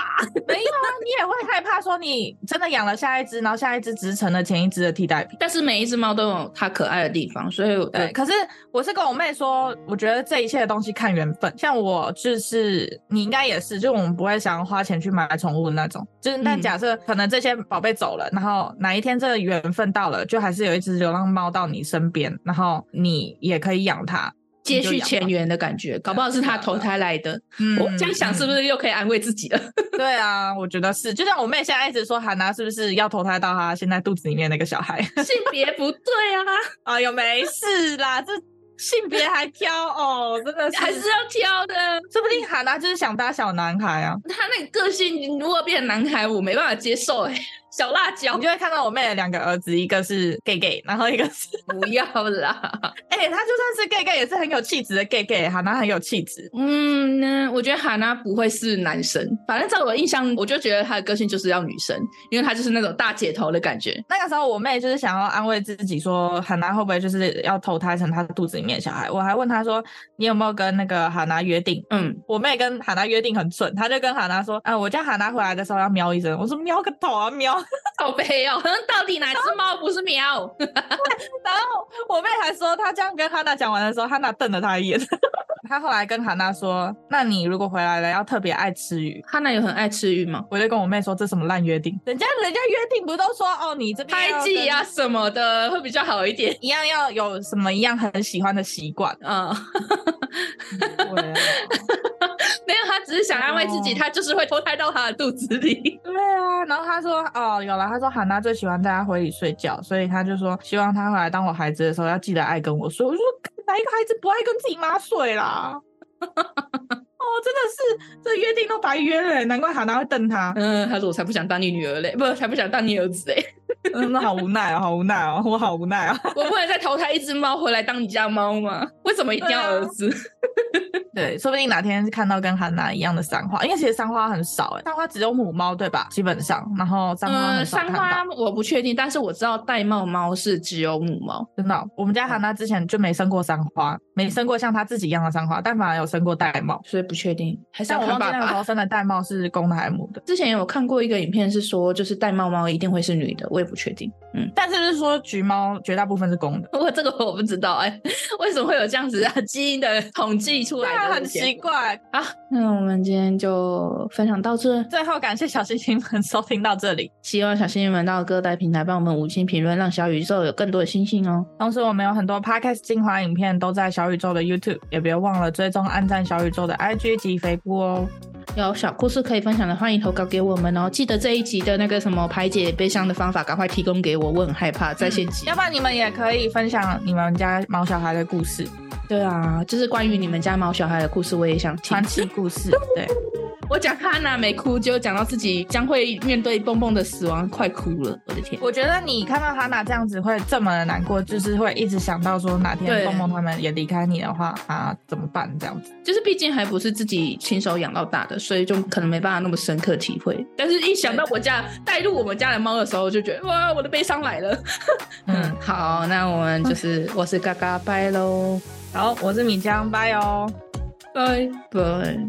Speaker 1: 没有啊，你也会害怕说你真的养了下一只，然后下一只只是成了前一只的替代品。
Speaker 2: 但是每一只猫都有它可爱的地方，所以呃我
Speaker 1: 对，可是我是跟我妹说，我觉得这一切的东西看缘分。像我就是，你应该也是，就是我们不会想要花钱去买宠物的那种。就是，但
Speaker 2: 嗯
Speaker 1: 假设可能这些宝贝走了，然后哪一天这个缘分到了，就还是有一只流浪猫到你身边，然后你也可以养它。
Speaker 2: 接续前缘的感觉，搞不好是它投胎来的。
Speaker 1: 嗯
Speaker 2: 我这样想是不
Speaker 1: 是？
Speaker 2: 是又可以安慰自己了？
Speaker 1: 对啊，我觉得是。就像我妹现在一直说，韩娜是不是要投胎到她现在肚子里面那个小孩？
Speaker 2: *laughs*
Speaker 1: *laughs*
Speaker 2: 性别不对啊，
Speaker 1: 哎呦，没事啦，这性别还挑哦，真的是
Speaker 2: 还是要挑的。
Speaker 1: 说不定韩娜就是想搭小男孩啊，
Speaker 2: 它那个个性如果变男孩，我没办法接受哎、小辣椒
Speaker 1: 你就会看到我妹的两个儿子，一个是 gay gay，然后一个是，
Speaker 2: 不要啦。
Speaker 1: 哎、他就算是 gay gay 也是很有气质的 gay gay，韩娜很有气质，
Speaker 2: 嗯，那我觉得哈娜不会是男生，反正在我的印象，我就觉得她的个性就是要女生，因为她就是那种大姐头的感觉。
Speaker 1: 那个时候，我妹就是想要安慰自己说，海娜会不会就是要投胎成她肚子里面的小孩？我还问她说，你有没有跟那个海娜约定？
Speaker 2: 嗯，
Speaker 1: 我妹跟海娜约定很蠢，她就跟海娜说，啊，我叫海娜回来的时候要喵一声。我说喵个头啊喵！
Speaker 2: *laughs* 好悲哦，到底哪只猫不是喵？
Speaker 1: 然后 *laughs* 我妹还说，她这样跟哈娜讲完的时候，哈娜瞪了她一眼。 *laughs* 她后来跟海娜说，那你如果回来了，要特别爱吃鱼。
Speaker 2: 哈娜有很爱吃鱼 *laughs* 吗？
Speaker 1: 我就跟我妹说，这什么烂约定？人家人家约定不都说哦，你这边
Speaker 2: 胎
Speaker 1: 要
Speaker 2: 记
Speaker 1: 跟
Speaker 2: 呀啊什么的会比较好一点。。
Speaker 1: 一样要有什么一样很喜欢的习惯
Speaker 2: *laughs* 啊、没有，她只是想安慰自
Speaker 1: 哦
Speaker 2: 己，她就是会投胎到她的肚子里。 *laughs*
Speaker 1: 对啊，然后她说哦，有了，她说韩娜最喜欢在她怀里睡觉，所以她就说希望她回来当我孩子的时候要记得爱跟我睡。我就说哪一个孩子不爱跟自己妈睡啦？ *laughs* 哦，真的是这约定都白约了，欸难怪韩娜会瞪她。 *laughs*
Speaker 2: 嗯，她说我才不想当你女儿嘞，不，才不想当你儿子嘞， *laughs*
Speaker 1: 嗯，那好无奈哦，好无奈哦，我好无奈哦。
Speaker 2: 我不能再投胎一只猫回来当你家猫吗？为什么一定要儿子？
Speaker 1: 对，说不定哪天看到跟韩娜一样的三花，因为其实三花很少哎，三花只有母猫对吧？基本上，然后三花
Speaker 2: 嗯，
Speaker 1: 很少
Speaker 2: 三
Speaker 1: 看到。
Speaker 2: 花我不确定，但是我知道玳瑁猫是只有母猫。
Speaker 1: 真的哦、我们家韩娜之前就没生过三花，没生过像她自己一样的三花，但反而有生过玳瑁。
Speaker 2: 所以不确定，还是
Speaker 1: 但
Speaker 2: 要
Speaker 1: 我
Speaker 2: 看
Speaker 1: 忘记
Speaker 2: 爸
Speaker 1: 那个时
Speaker 2: 爸。
Speaker 1: 候生的玳瑁是公的还是母的。
Speaker 2: 之前有看过一个影片，是说就是玳瑁猫一定会是女的，我也不确定。
Speaker 1: 但是就是说橘猫绝大部分是公的，
Speaker 2: 我这个我不知道哎、 *laughs* 为什么会有这样子啊基因的统计出
Speaker 1: 对
Speaker 2: 来
Speaker 1: 啊，
Speaker 2: 的
Speaker 1: *laughs* 很
Speaker 2: 路线？
Speaker 1: 奇怪。
Speaker 2: 啊。那我们今天就分享到这，
Speaker 1: 最后感谢小星星们收听到这里，
Speaker 2: 希望小星星们到各大平台帮我们五星评论，让小宇宙有更多的星星哦。
Speaker 1: 同时我们有很多 podcast 精华影片都在小宇宙的 YouTube，也别忘了追踪、按赞小宇宙的 IG 及肥布哦。
Speaker 2: 有小故事可以分享的，欢迎投稿给我们哦。记得这一集的那个什么排解悲伤的方法，赶快提供给我，我很害怕在线
Speaker 1: 嗯
Speaker 2: 集。
Speaker 1: 要不然你们也可以分享你们家毛小孩的故事、
Speaker 2: 对啊，就是关于你们家毛小孩的故事，我也想听
Speaker 1: 传。奇故 *laughs* 事。对，
Speaker 2: 我讲哈娜没哭，就讲到自己将会面对蹦蹦的死亡，快哭了，我的天！
Speaker 1: 我觉得你看到哈娜这样子会这么的难过，就是会一直想到说哪
Speaker 2: 对
Speaker 1: 天蹦蹦他们也离开你的话啊怎么办这样子。
Speaker 2: 就是毕竟还不是自己亲手养到大的，所以就可能没办法那么深刻体会。但是，一想到我家带入我们家的猫的时候，就觉得哇，我的悲伤来了。嗯
Speaker 1: 嗯，，
Speaker 2: 好，那我们就是、我是嘎嘎拜喽，
Speaker 1: 好，我是米江，拜哦。
Speaker 2: 拜拜。